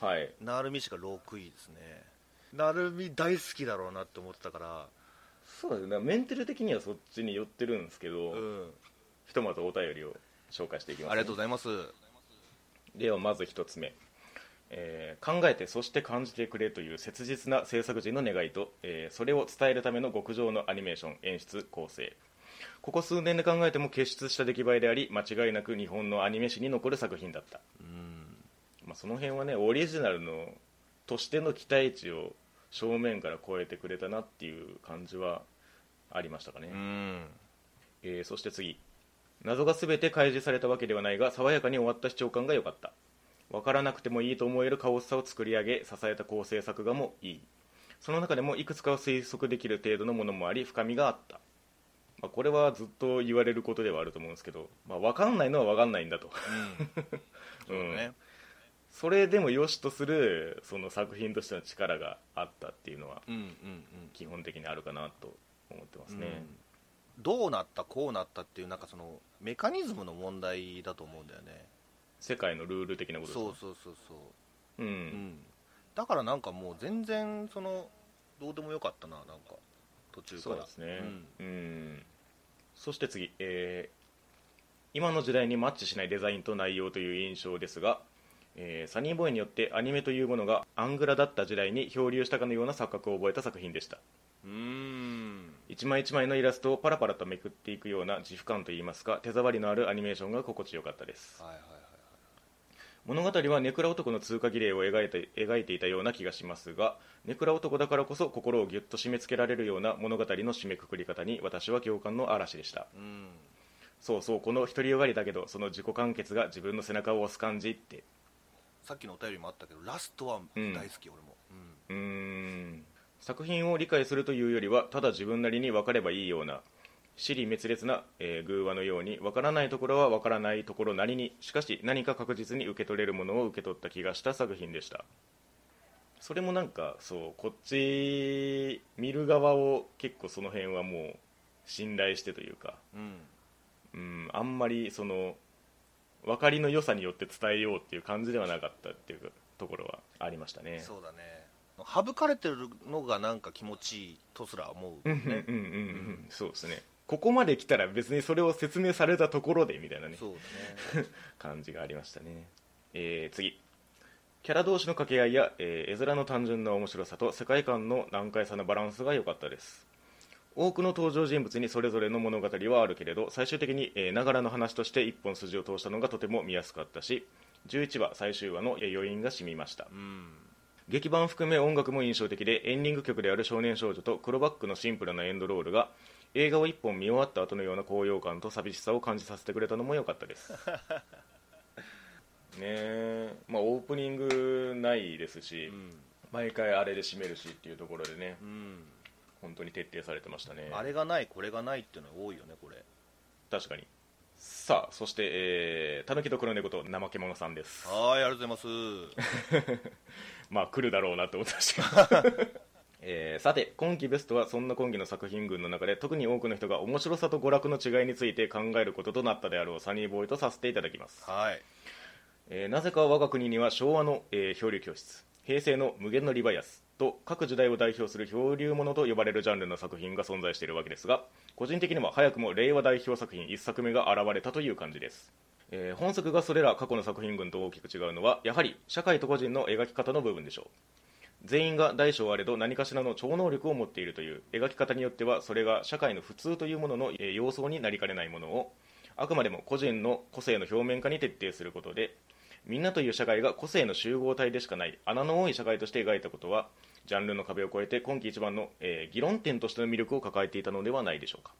A: はい
B: なるみ氏が6位ですねなるみ大好きだろうなって思ってたから
A: そうですねメンテル的にはそっちに寄ってるんですけど、
B: うん
A: ひとまずお便りを紹介していきます、
B: ありがとうございます
A: ではまず一つ目、えー考えてそして感じてくれという切実な制作陣の願いと、えーそれを伝えるための極上のアニメーション演出構成ここ数年で考えても傑出した出来栄えであり間違いなく日本のアニメ史に残る作品だった、
B: うん
A: まあ、その辺はねオリジナルのとしての期待値を正面から超えてくれたなっていう感じはありましたかね、
B: うん
A: えーそして次謎が全て開示されたわけではないが爽やかに終わった視聴感が良かった分からなくてもいいと思えるカオスさを作り上げ支えた構成作画もいいその中でもいくつかは推測できる程度のものもあり深みがあった、まあ、これはずっと言われる [laughs] ことではあると思うんですけど、まあ、分かんないのは分かんないんだと、
B: うんそうだね
A: それでも良しとするその作品としての力があったっていうのは
B: うんうん
A: 基本的にあるかなと思ってます
B: うん
A: ね、
B: どうなったこうなったっていうなんかそのメカニズムの問題だと思うんだよね
A: 世界のルール的なことですか
B: そうそうそうそう
A: う、
B: うんんだからなんかもう全然そのどうでもよかったななんか途中か
A: そう
B: ら
A: ですね、うんそして次、えー今の時代にマッチしないデザインと内容という印象ですが、えーサニーボーイによってアニメというものがアングラだった時代に漂流したかのような錯覚を覚えた作品でした
B: うんうん
A: 一枚一枚のイラストをパラパラとめくっていくような自負感といいますか手触りのあるアニメーションが心地よかったです
B: はいはいはい
A: 物語はネクラ男の通過儀礼を描いて描いていたような気がしますがネクラ男だからこそ心をぎゅっと締め付けられるような物語の締めくくり方に私は共感の嵐でした
B: うん
A: そうそうこの独りよがりだけどその自己完結が自分の背中を押す感じって
B: さっきのお便りもあったけどラストは大好き、俺も、うん
A: うーん作品を理解するというよりはただ自分なりに分かればいいような私利滅裂な、えー偶話のように分からないところは分からないところなりにしかし何か確実に受け取れるものを受け取った気がした作品でしたそれもなんかそうこっち見る側を結構その辺はもう信頼してというか
B: うん
A: うんあんまりその分かりの良さによって伝えようっていう感じではなかったっていうところはありましたね
B: そうだね省かれてるのがなんか気持ちいいとすら思
A: う
B: う
A: んうんうんうんうんそうですねここまで来たら別にそれを説明されたところでみたいなね
B: そうだね
A: 感じがありましたね、えー次キャラ同士の掛け合いや、えー絵面の単純な面白さと世界観の難解さのバランスが良かったです多くの登場人物にそれぞれの物語はあるけれど最終的にえーながらの話として一本筋を通したのがとても見やすかったし11話最終話のえー余韻が染みました
B: うん
A: 劇版含め音楽も印象的でエンディング曲である「少年少女」と「黒バック」のシンプルなエンドロールが映画を一本見終わった後のような高揚感と寂しさを感じさせてくれたのも良かったです
B: [laughs]
A: ねえ、まあ、オープニングないですし、
B: うん
A: 毎回あれで締めるしっていうところでね
B: うん
A: 本当に徹底されてましたね
B: あれがないこれがないっていうのが多いよねこれ
A: 確かにさあそして、えー、たぬきと黒猫と怠け者さんです
B: はいありがとうございます
A: まあ来るだろうなって思ってましたけど [laughs] えーさて今期ベストはそんな今期の作品群の中で特に多くの人が面白さと娯楽の違いについて考えることとなったであろうサニーボーイとさせていただき [laughs] ます、
B: はい
A: えーなぜか我が国には昭和の、えー漂流教室平成の無限のリバイアスと各時代を代表する漂流ものと呼ばれるジャンルの作品が存在しているわけですが個人的には早くも令和代表作品1作目が現れたという感じです、えー本作がそれら過去の作品群と大きく違うのはやはり社会と個人の描き方の部分でしょう全員が大小あれど何かしらの超能力を持っているという描き方によってはそれが社会の普通というもののえー様相になりかねないものをあくまでも個人の個性の表面化に徹底することでみんなという社会が個性の集合体でしかない穴の多い社会として描いたことはジャンルの壁を越えて今季一番の、えー議論点としての魅力を抱えていたのではないでしょうか、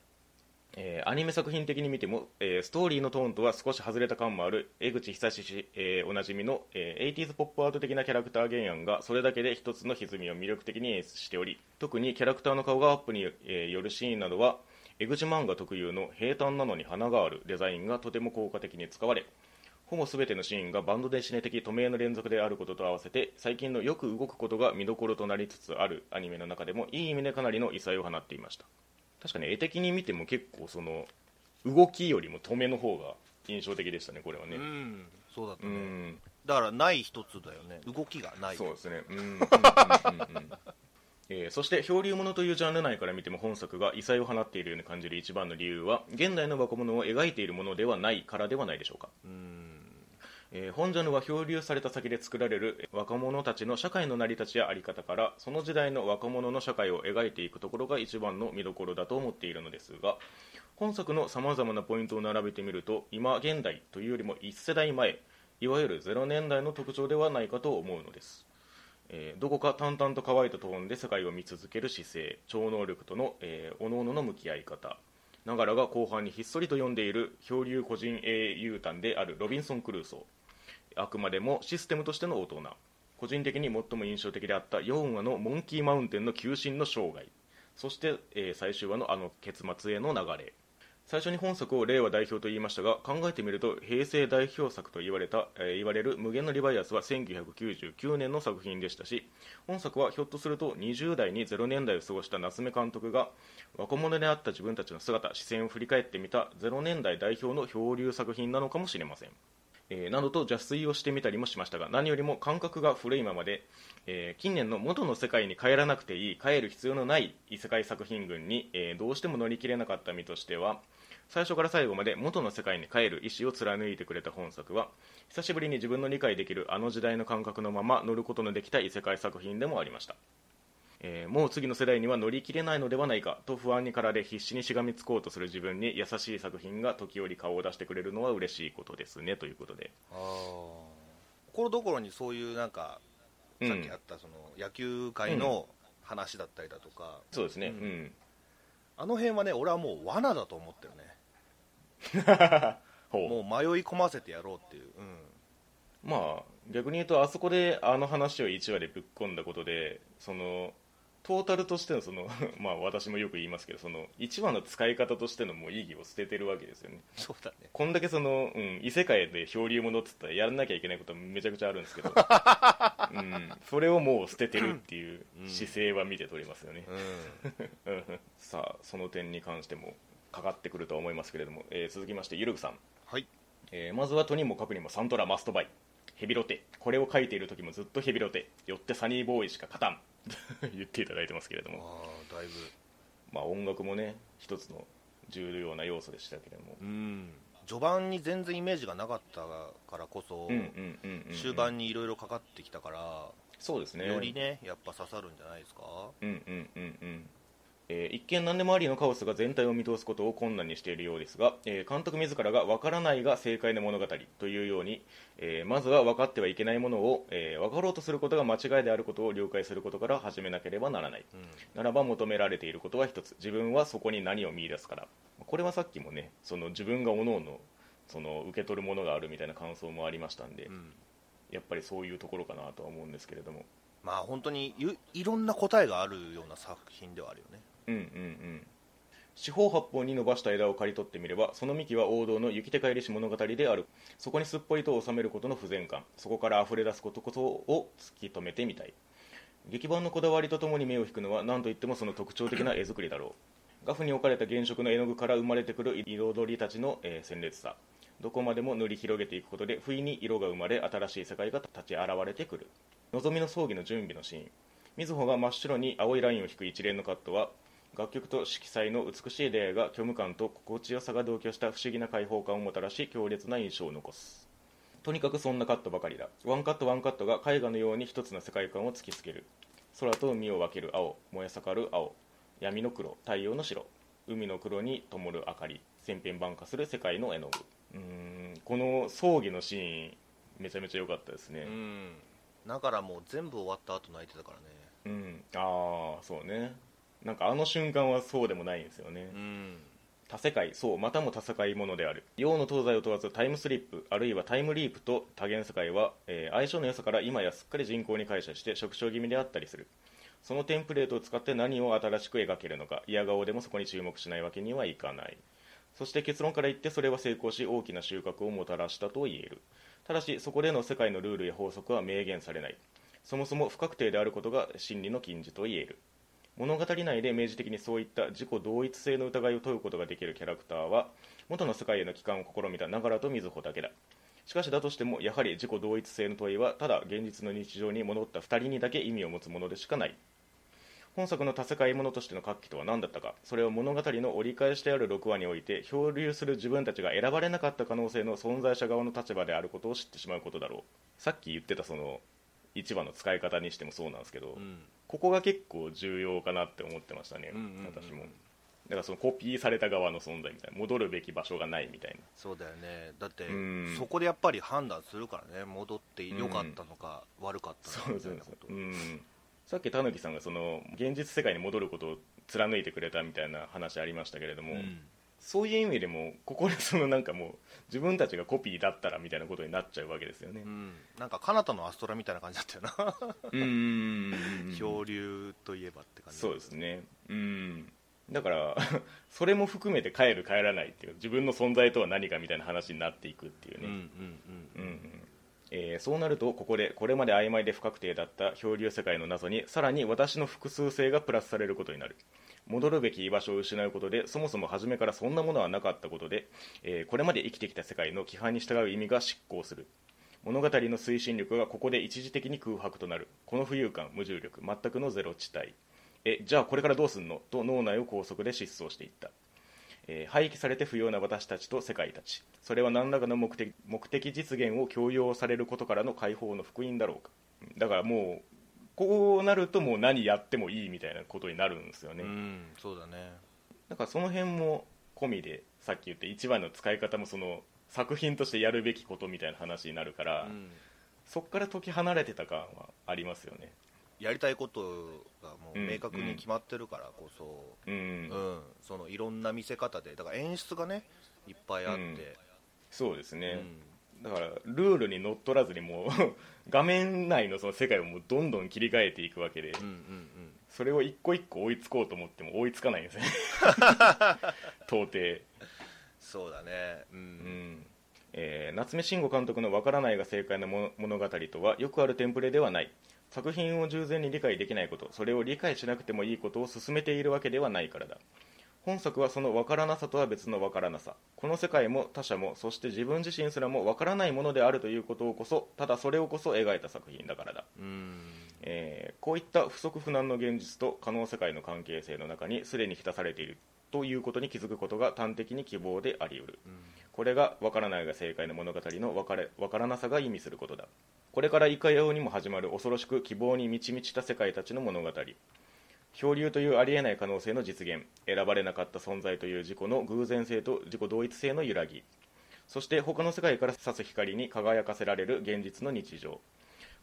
A: えーアニメ作品的に見ても、えーストーリーのトーンとは少し外れた感もある江口久志氏、えーおなじみの、えー 80s ポップアート的なキャラクター原案がそれだけで一つの歪みを魅力的に演出しており特にキャラクターの顔がアップによ、えーよるシーンなどは江口漫画特有の平坦なのに花があるデザインがとても効果的に使われほぼ全てのシーンがバンドでシネ的止めの連続であることと合わせて最近のよく動くことが見どころとなりつつあるアニメの中でもいい意味でかなりの異彩を放っていました確かに絵的に見ても結構その動きよりも止めの方が印象的でしたねこれはね
B: うんそうだった
A: う
B: ね、
A: ん
B: だからない一つだよね動きがない
A: そうですねうんうんうんうんうんえーそして漂流物というジャンル内から見ても本作が異彩を放っているように感じる一番の理由は現代の若者を描いているものではないからではないでしょうか
B: うん
A: えー本ジャンルは漂流された先で作られるえー若者たちの社会の成り立ちや在り方からその時代の若者の社会を描いていくところが一番の見どころだと思っているのですが本作のさまざまなポイントを並べてみると今現代というよりも1世代前いわゆる0年代の特徴ではないかと思うのです、えーどこか淡々と乾いたトーンで世界を見続ける姿勢超能力との、えー、各々の向き合い方ながらが後半にひっそりと読んでいる漂流個人英雄譚であるロビンソン・クルーソーあくまでもシステムとしての大人個人的に最も印象的であった4話のモンキーマウンテンの求心の生涯そして、えー最終話のあの結末への流れ最初に本作を令和代表と言いましたが考えてみると平成代表作と言われた、えー言われる「無限のリバイアス」は1999年の作品でしたし本作はひょっとすると20代に0年代を過ごした夏目監督が若者であった自分たちの姿視線を振り返ってみた0年代代表の漂流作品なのかもしれませんえーなどと邪推をしてみたりもしましたが何よりも感覚が古いままで、えー近年の元の世界に帰らなくていい帰る必要のない異世界作品群に、えーどうしても乗り切れなかった身としては最初から最後まで元の世界に帰る意思を貫いてくれた本作は久しぶりに自分の理解できるあの時代の感覚のまま乗ることのできた異世界作品でもありましたえーもう次の世代には乗り切れないのではないかと不安にかられ必死にしがみつこうとする自分に優しい作品が時折顔を出してくれるのは嬉しいことですねということで、
B: ああところどころにそういうなんか
A: うん
B: さっきあったその野球界の話だったりだとか、
A: そうですね、う、
B: うんあの辺はね俺はもう罠だと思ってるね
A: ほう
B: もう迷い込ませてやろうっていう、う
A: まあ逆に言うとあそこであの話を1話でぶっ込んだことでそのトータルとしてのその [laughs] まあ私もよく言いますけどその1話の使い方としてのもう意義を捨ててるわけですよね
B: ん、そうだね
A: こんだけその、うん、異世界で漂流物っつったらやらなきゃいけないことはめちゃくちゃあるんです [laughs] けど、うん、それをもう捨ててるっていう姿勢は見て取れますよね、
B: うん
A: うんさあその点に関してもかかってくるとは思いますけれども、えー続きましてゆるぐさん
B: はい
A: えーまずはとにもかくにもサントラマストバイヘビロテこれを書いている時もずっとヘビロテよってサニーボーイしか勝たん [laughs] 言っていただいてますけれど
B: あ
A: も、
B: あだいぶ
A: まあ、音楽もね一つの重要な要素でしたけれども、
B: うん序盤に全然イメージがなかったからこそ、
A: うんうんうんうんうん
B: 終盤にいろいろかかってきたから、
A: そうですね
B: よりねやっぱ刺さるんじゃないですか
A: うんうんうんうんえー一見何でもありのカオスが全体を見通すことを困難にしているようですが、えー監督自らが分からないが正解の物語というように、えーまずは分かってはいけないものを、えー分かろうとすることが間違いであることを了解することから始めなければならない
B: うん
A: ならば求められていることは一つ自分はそこに何を見出すからこれはさっきもねその自分がおのおのその受け取るものがあるみたいな感想もありましたんで、
B: うん
A: やっぱりそういうところかなとは思うんですけれども
B: まあ本当にゆいろんな答えがあるような作品ではあるよね
A: うんうんうん四方八方に伸ばした枝を刈り取ってみればその幹は王道の雪手返りし物語であるそこにすっぽりと収めることの不全感そこから溢れ出すことこそを突き止めてみたい劇版のこだわりとともに目を引くのは何といってもその特徴的な絵作りだろう画布に置かれた原色の絵の具から生まれてくる彩りたちの、えー鮮烈さどこまでも塗り広げていくことで不意に色が生まれ新しい世界が立ち現れてくる望みの葬儀の準備のシーン瑞穂が真っ白に青いラインを引く一連のカットは楽曲と色彩の美しい出会いが虚無感と心地よさが同居した不思議な開放感をもたらし強烈な印象を残すとにかくそんなカットばかりだワンカットワンカットが絵画のように一つの世界観を突きつける空と海を分ける青燃え盛る青闇の黒太陽の白海の黒に灯る明かり千変万化する世界の絵の具うーんこの葬儀のシーンめちゃめちゃ良かったですね
B: うんだからもう全部終わった後泣いてたからね
A: うん、ああそうねなんかあの瞬間はそうでもないんですよね、
B: うん
A: 多世界そうまたも多世界ものである洋の東西を問わずタイムスリップあるいはタイムリープと多元世界は、えー相性の良さから今やすっかり人口に解釈して縮小気味であったりするそのテンプレートを使って何を新しく描けるのか嫌顔でもそこに注目しないわけにはいかないそして結論から言ってそれは成功し大きな収穫をもたらしたと言えるただしそこでの世界のルールや法則は明言されないそもそも不確定であることが真理の禁じと言える物語内で明示的にそういった自己同一性の疑いを問うことができるキャラクターは元の世界への帰還を試みたながらと瑞穂だけだしかしだとしてもやはり自己同一性の問いはただ現実の日常に戻った2人にだけ意味を持つものでしかない本作の多世界ものとしての画期とは何だったかそれを物語の折り返してある6話において漂流する自分たちが選ばれなかった可能性の存在者側の立場であることを知ってしまうことだろうさっき言ってたその1話の使い方にしてもそうなんですけど、
B: うん
A: ここが結構重要かなって思ってましたね、
B: うんうんうん
A: 私もだからそのコピーされた側の存在みたいな戻るべき場所がないみたいな
B: そうだよねだって
A: うん
B: そこでやっぱり判断するからね戻って良かったのか悪かったのかみたいなこと
A: うん、さっきたぬきさんがその現実世界に戻ることを貫いてくれたみたいな話ありましたけれども、
B: うん
A: そういう意味でもここでそのなんかもう自分たちがコピーだったらみたいなことになっちゃうわけですよね
B: う、んなんか彼方のアストラみたいな感じだったよな
A: うん、 [laughs]
B: 漂流といえばって感じ
A: そうですねうんだから [laughs] それも含めて帰る帰らないっていう自分の存在とは何かみたいな話になっていくっていう
B: うんう
A: ね、
B: ん
A: うんうんえーそうなるとここでこれまで曖昧で不確定だった漂流世界の謎にさらに私の複数性がプラスされることになる戻るべき居場所を失うことでそもそも初めからそんなものはなかったことで、えーこれまで生きてきた世界の規範に従う意味が執行する物語の推進力がここで一時的に空白となるこの浮遊感無重力全くのゼロ地帯えじゃあこれからどうすんのと脳内を高速で疾走していった、えー廃棄されて不要な私たちと世界たちそれは何らかの目的目的実現を強要されることからの解放の福音だろうかだからもうこうなるともう何やってもいいみたいなことになるんですよ
B: う
A: ね、
B: んそうだね
A: だからその辺も込みでさっき言って一番の使い方もその作品としてやるべきことみたいな話になるから、
B: うん
A: そこから解き離れてた感はありますよね
B: やりたいことがも
A: う
B: う
A: ん
B: 明確に決まってるからこそ
A: うん、
B: うんそのいろんな見せ方でだから演出がねいっぱいあ
A: う
B: っ
A: ん
B: て
A: そうです
B: う
A: ね、
B: ん
A: だからルールにのっとらずにもう [laughs] 画面内のその世界をもうどんどん切り替えていくわけで
B: うんうんうん
A: それを一個一個追いつこうと思っても追いつかないんですね [laughs] 到底
B: そうだねう
A: うんんえー夏目慎吾監督の「わからないが正解の物物語」とはよくあるテンプレではない作品を従前に理解できないことそれを理解しなくてもいいことを進めているわけではないからだ本作はそのわからなさとは別のわからなさこの世界も他者もそして自分自身すらもわからないものであるということをこそただそれをこそ描いた作品だからだ
B: うん
A: えーこういった不足不難の現実と可能世界の関係性の中にすでに浸されているということに気づくことが端的に希望であり得る、これが「わからないが正解の物語」の分かれ分からなさが意味することだこれからいかようにも始まる恐ろしく希望に満ち満ちた世界たちの物語漂流というありえない可能性の実現選ばれなかった存在という自己の偶然性と自己同一性の揺らぎそして他の世界から差す光に輝かせられる現実の日常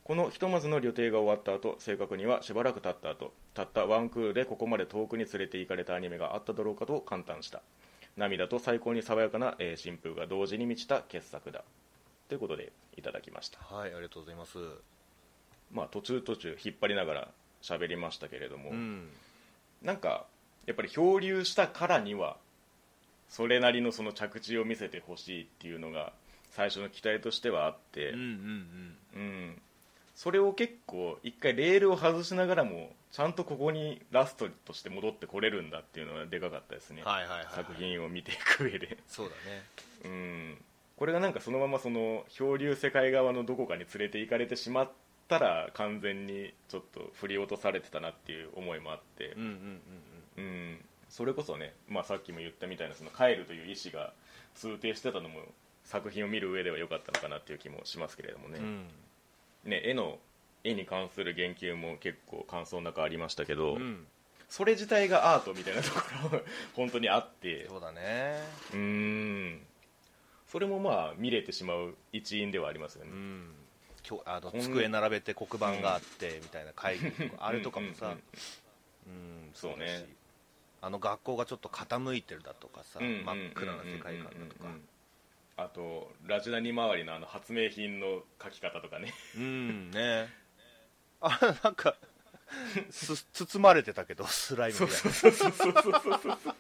A: このひとまずの旅程が終わった後正確にはしばらく経った後たったワンクールでここまで遠くに連れて行かれたアニメがあっただろうかと感嘆した涙と最高に爽やかな、えー新風が同時に満ちた傑作だということでいただきました、
B: はいありがとうございます
A: まあ、途中途中引っ張りながら喋りましたけれども、
B: うん
A: なんかやっぱり漂流したからにはそれなりのその着地を見せてほしいっていうのが最初の期待としてはあって、
B: うんうんうん
A: うん、それを結構一回レールを外しながらもちゃんとここにラストとして戻ってこれるんだっていうのはでかかったですね、
B: はいはいはいはい
A: 作品を見ていく上で、
B: そうだね
A: うん、これがなんかそのままその漂流世界側のどこかに連れて行かれてしまったら完全にちょっと振り落とされてたなっていう思いもあって
B: うん、うんうんうん
A: うん、それこそね、まあ、さっきも言ったみたいなその帰るという意思が通底してたのも作品を見る上では良かったのかなっていう気もしますけれどもね、
B: うん
A: ね、絵の絵に関する言及も結構感想の中ありましたけど、
B: うん
A: それ自体がアートみたいなところ本当にあって
B: そうだね
A: うーんそれもまあ見れてしまう一因ではありますよね、
B: うんきょあの
A: こん
B: 机並べて黒板があってみたいな会議とかあれとかも
A: うんう
B: さ
A: ん
B: うん
A: そうね
B: だしあの学校がちょっと傾いてるだとかさ
A: うん
B: 真っ暗な世界観だと
A: うん
B: か
A: うんうんうんあとラジナニ周りのあの発明品の書き方とかね [laughs]
B: うんね [laughs] あなんかす [laughs] 包まれてたけどスライムみたい
A: そうそうそうそうそう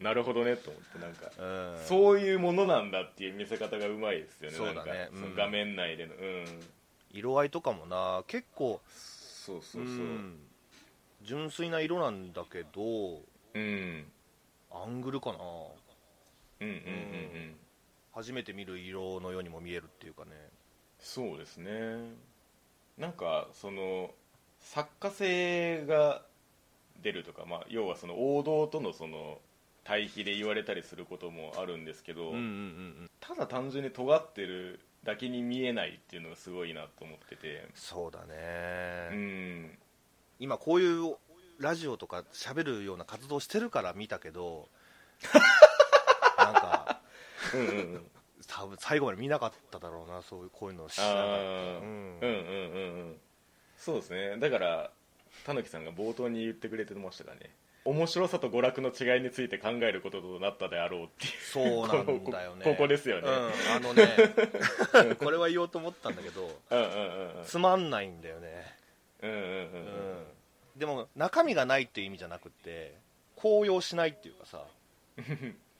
A: なるほどねと思ってなんか
B: なうん
A: そういうものなんだっていう見せ方がうまいですよね
B: そうだね
A: なんか
B: うん
A: その画面内でのうん
B: 色合いとかもな結構
A: そうそうそう、
B: うん純粋な色なんだけど
A: うん、うん
B: アングルか
A: う
B: な
A: んうんうん
B: うん初めて見る色のようにも見えるっていうかね
A: そうですねなんかその作家性が出るとか、まあ、要はその王道とのその対比で言われたりすることもあるんですけど、
B: うんうんうん
A: ただ単純に尖ってるだけに見えないっていうのがすごいなと思ってて
B: そうだ
A: う
B: ね
A: ん
B: 今こういうラジオとか喋るような活動してるから見た
A: [laughs]
B: けどなんか
A: うんうんうん
B: 多分最後まで見なかっただろうなそういうこういうのを知らなか
A: あ
B: った
A: ー
B: うん
A: うんうんうんうんそうですねだからたぬきさんが冒頭に言ってくれてましたかね面白さと娯楽の違いについて考えることとなったであろうっていう
B: そうなんだよね
A: ここここですよね
B: うんあの
A: [laughs]
B: ねこれは言おうと思ったんだけど
A: うんうんうんうん
B: つまんないんだよね、
A: うんうんうん
B: うんでも中身がないっていう意味じゃなくて高揚しないっていうかさ、う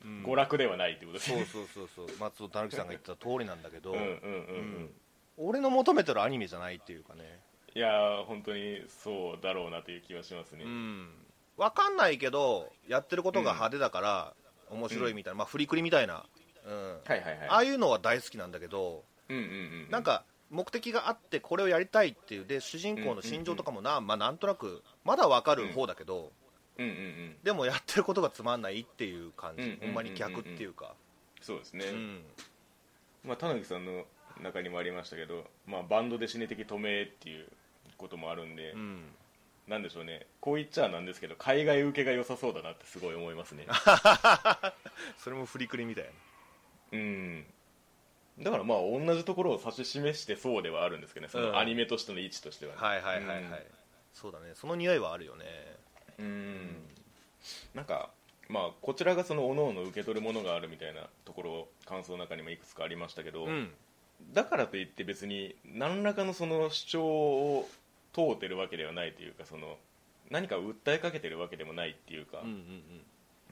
B: ん
A: 娯楽ではないってことです
B: [laughs] そう
A: ね
B: そうそうそう松尾たぬきさんが言ってた通りなんだけど、
A: うんうんうんう
B: うんん俺の求めてるアニメじゃないっていうかね、
A: いやー本当にそうだろうなという気はしますね、
B: うん、分かんないけどやってることが派手だから面白いみたいな、まあフリクリみたいな、うん
A: はいはいはい
B: ああいうのは大好きなんだけど、
A: うんうんうん
B: なんか目的があってこれをやりたいっていうで主人公の心情とかもな、まあ、なんとなくまだ分かる方だけど、
A: うんうんうん
B: でもやってることがつまんないっていう感じ、
A: うんうんうんうん
B: ほんまに逆っていうか、
A: そうですね、
B: うん、
A: まあ、たぬきさんの中にもありましたけど、まあ、バンドで死ね的止めっていうこともあるんで、
B: うん、
A: なんでしょうねこう言っちゃなんですけど海外受けが良さそうだなってすごい思いますね
B: それもフリクリみたいな
A: うんだからまあ同じところを指し示してそうではあるんですけどねそ
B: うん
A: のアニメとしての位置としてはね、
B: はいはいはいは
A: う
B: い、
A: ん
B: そうだねその匂いはあるよね
A: うんなんかまあこちらがその各々受け取るものがあるみたいなところ感想の中にもいくつかありましたけど、
B: うん
A: だからといって別に何らかのその主張を問うてるわけではないというかその何かを訴えかけてるわけでもないっていうか、
B: うんうん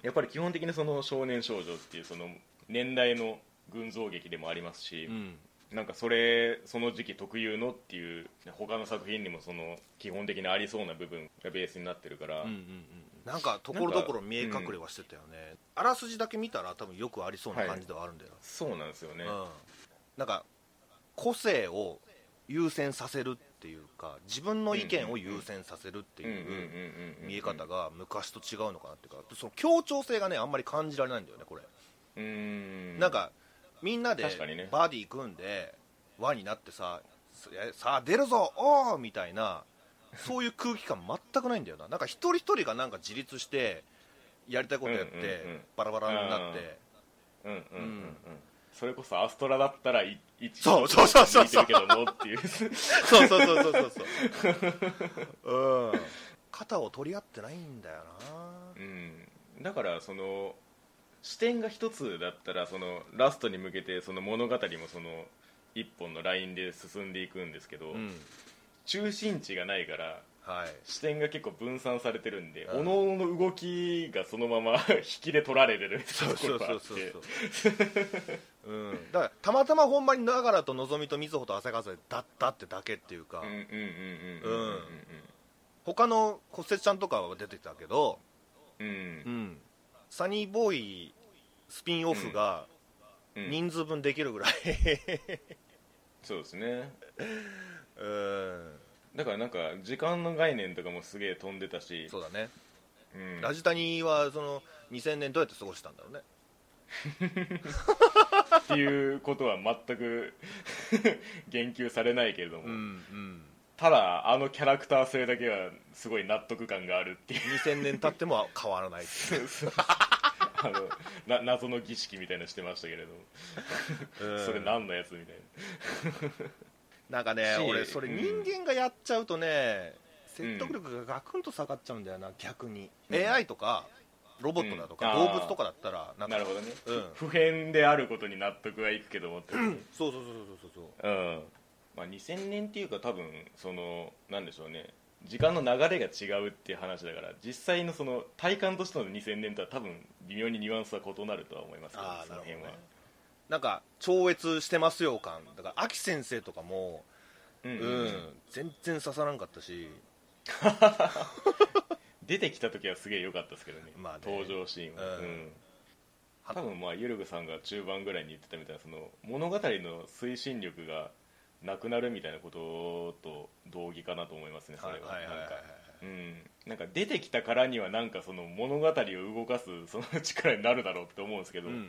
A: やっぱり基本的にその少年少女っていうその年代の群像劇でもありますし
B: うんう、ん
A: なんかそれその時期特有のっていう他の作品にもその基本的にありそうな部分がベースになってるから、
B: うんうんうんなんかところどころ見え隠れはしてたよね、あらすじだけ見たら多分よくありそうな感じではあるんだよ、
A: そうなんですよね、
B: うん、なんか個性を優先させるっていうか自分の意見を優先させるって
A: うんうんうんうん
B: いう
A: うん
B: 見え方が昔と違うのかなっていうかその協調性がねあんまり感じられないんだよねこれ、
A: うーん
B: なんかみんなで
A: 確かにね
B: バディ組んで輪になってさささあ出るぞおーみたいなそういう空気感全くないんだよななんか一人一人がなんか自立してやりたいことやって、
A: うんうんうん
B: バラバラになって、
A: うんうんうんう
B: うんん
A: それこそアストラだったらい一
B: そうそうそうそうそう
A: 見てるけどもっていう
B: そうそうそうそうそう [laughs] そう。うん。肩を取り合ってないんだよ
A: うんだからその視点が一つだったらそのラストに向けてその物語もその一本のラインで進んでいくんですけど、
B: な。うん。
A: 中心地がないから
B: はい。
A: 視点が結構分散されてるんで、
B: う
A: 各
B: ん
A: 々の動きがそのまま引きで取られてるみたい
B: そ
A: な
B: う
A: とこ
B: そ
A: ろ
B: う
A: が
B: そ
A: あっ
B: うそう
A: て
B: そう。うん。だからたまたまほんまに長良とのぞみとみずほと浅川さんだったってだけっていうか、
A: うんうんうんうんうん
B: 他の骨折ちゃんとかは出てきたけど、
A: うんうん
B: うん。サニーボーイスピンオフが
A: うん
B: 人数分できる [laughs] ぐらい。
A: そうですね
B: うん。
A: だからなんか時間の概念とかもすげえ飛んでたし
B: そうだね。
A: うん
B: ラジタニはその2000年どうやって過ごしたんだろうね。
A: っていうことは全く [laughs] 言及されないけれども、
B: うん。
A: ただあのキャラクター性だけはすごい納得感があるっていう [laughs]
B: 2000年経っても変わらないっていう
A: あのな謎の儀式みたいなのしてましたけれども、それ何のやつみたい
B: なんかね
A: し
B: 俺それ
A: うん
B: 人間がやっちゃうとね、
A: うん
B: 説得力がガクンと下がっちゃうんだよな逆に、
A: うん
B: AI とかロボットだとか、
A: うんあー
B: 動物とかだったら
A: な
B: な
A: ん
B: か
A: なるほどね、
B: うん
A: 不変であることに納得はいくけどもってことね
B: そうそうそうそうそう
A: うんまあ、2000年っていうか多分そのなんでしょうね時間の流れが違うっていう話だから実際のその体感としての2000年とは多分微妙にニュアンスは異なるとは思いますけど
B: ああ
A: そ
B: な
A: の
B: るほ
A: 辺
B: ど
A: は
B: ね、なんか超越してますよ感だから秋先生とかも、
A: うん
B: うん
A: うんうん
B: 全然刺さらんかったし
A: 出てきた時はすげえ良かったですけどね,、
B: まあね
A: 登場シーンは、
B: うん
A: 多分まあゆるぐさんが中盤ぐらいに言ってたみたいなその物語の推進力がなくなるみたいなことと同義かなと思いますねそれは,、なんかうん、なんか出てきたからにはなんかその物語を動かす [laughs] その力になるだろうって思うんですけど、
B: うんうん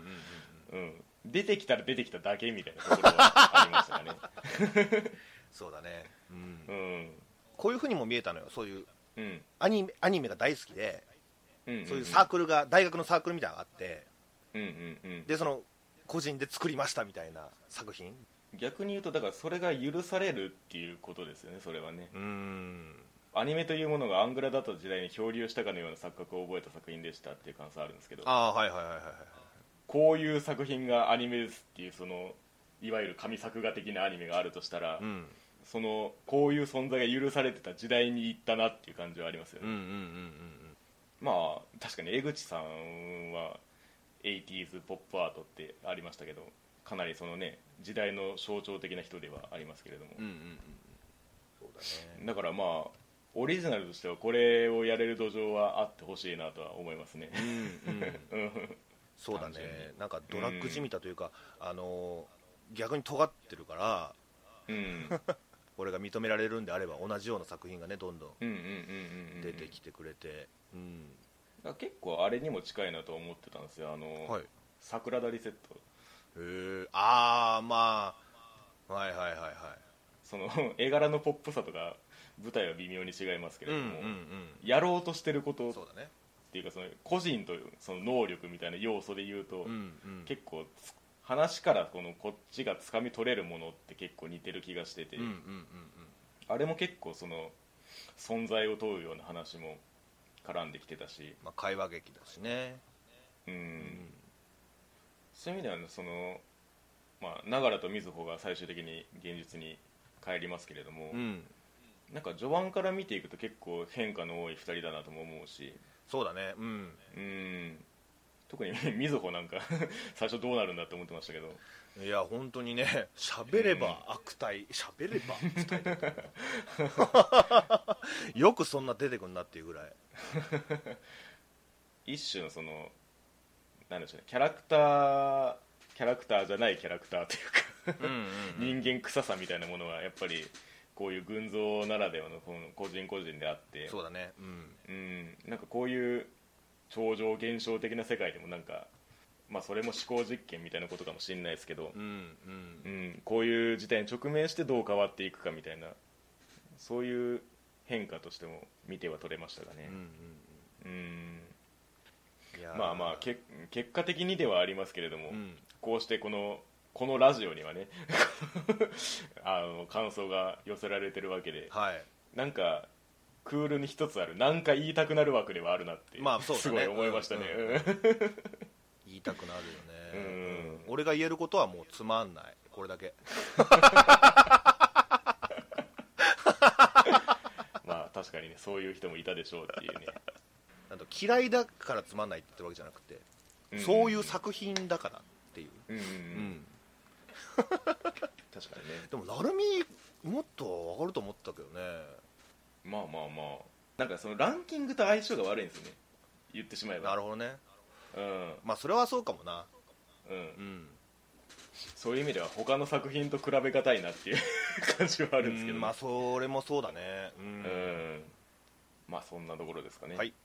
B: うんう
A: う
B: ん
A: ん出てきたら出てきただけみたいなところはありましたかね、
B: そうだね、うん
A: うん
B: こういうふうにも見えたのよそういう
A: うん
B: アニメアニメが大好きで、
A: うん
B: そういうサークルが大学のサークルみたいなのがあって、
A: うんうんうん、
B: でその個人で作りましたみたいな作品
A: 逆に言うとだからそれが許されるっていうことですよねそれはね
B: うん
A: アニメというものがアングラだった時代に漂流したかのような錯覚を覚えた作品でしたっていう感想あるんですけど
B: ああはいはいはいはい
A: こういう作品がアニメですっていうそのいわゆる神作画的なアニメがあるとしたら、
B: うん
A: そのこういう存在が許されてた時代に行ったなっていう感じはありますよ
B: う
A: ね、
B: んうんうんうん
A: まあ確かに江口さんは 80s ポップアートってありましたけどかなりそのね時代の象徴的な人ではありますけれども、
B: うんうんうんそうだね
A: だからまあオリジナルとしてはこれをやれる土壌はあってほしいなとは思いますね
B: うんうん
A: うん
B: そうだ
A: 単
B: ね
A: 純に
B: なんかドラッグじみたというか、あの逆に尖ってるから
A: うん
B: これが認められるんであれば同じような作品がねどんど
A: うんうんうんうんうん
B: ん [laughs] 出てきてくれて、うん
A: だから結構あれにも近いなと思ってたんですよあの、
B: はいへ
A: 桜田リセット
B: えああまあはいはいはいは
A: その絵柄のポップさとか舞台は微妙に違いますけ
B: い
A: れども、
B: ん
A: やろうとしてることっ
B: そうだね
A: ていうかその個人とその能力みたいな要素で言うと、
B: うんうん
A: 結構つ話からこのこっちがつかみ取れるものって結構似てる気がしてて、
B: うんうんうんうん
A: あれも結構その存在を問うような話も絡んできてたし、
B: まあ会話劇だしね
A: うん
B: うん
A: そういう意味ではねその、まあ、長良と瑞穂が最終的に現実に帰りますけれども、
B: うん
A: なんか序盤から見ていくと結構変化の多い2人だなとも思うし
B: そうだねうん
A: うん特に [laughs] 瑞穂なんか最初どうなるんだと思ってましたけど
B: いや本当にね [laughs] 喋れば悪態喋れば [laughs] 悪態だとよくそんな出てくんなっていうぐらい
A: 一種のそのなんでしょうねキャラクターキャラクターじゃないキャラクターというか [laughs] 人間臭さみたいなものはやっぱりこういう群像ならではのこの個人個人であって
B: そうだねうん
A: うんなんかこういう超常現象的な世界でもなんか、まあ、それも思考実験みたいなことかもしれないですけど
B: う、んう
A: うんん、こういう事態に直面してどう変わっていくかみたいなそういう変化としても見ては取れましたがね
B: うん、
A: うん、
B: うんいやー
A: まあまあけ結果的にではありますけれども、
B: うん
A: こうしてこのこのラジオにはね [laughs] あの感想が寄せられてるわけで
B: はい
A: なんかクールに一つあるなんか言いたくなる枠ではあるなって、
B: まあそうだね
A: すごい思いましたね、
B: うん
A: うん
B: 言いたくなるよね
A: うん
B: うん俺が言えることはもうつまんないこれだけ
A: [laughs] まあ確かにねそういう人もいたでしょうっていうね、
B: なんと嫌いだからつまんないって言ってるわけじゃなくて
A: ん
B: そういう作品だからっていう
A: うんうんう、
B: うんん
A: 確かにね
B: でもラルミもっと上がると思ったけどね
A: まあまあまあなんかそのランキングと相性が悪いんですよね言ってしまえば
B: なるほどね
A: うん
B: まあそれはそうかもな
A: うん
B: うん
A: そういう意味では他の作品と比べがたいなっていう [laughs] 感じはあるんですけど
B: うんまあそれもそうだねうん
A: うんまあそんなところですかね
B: はい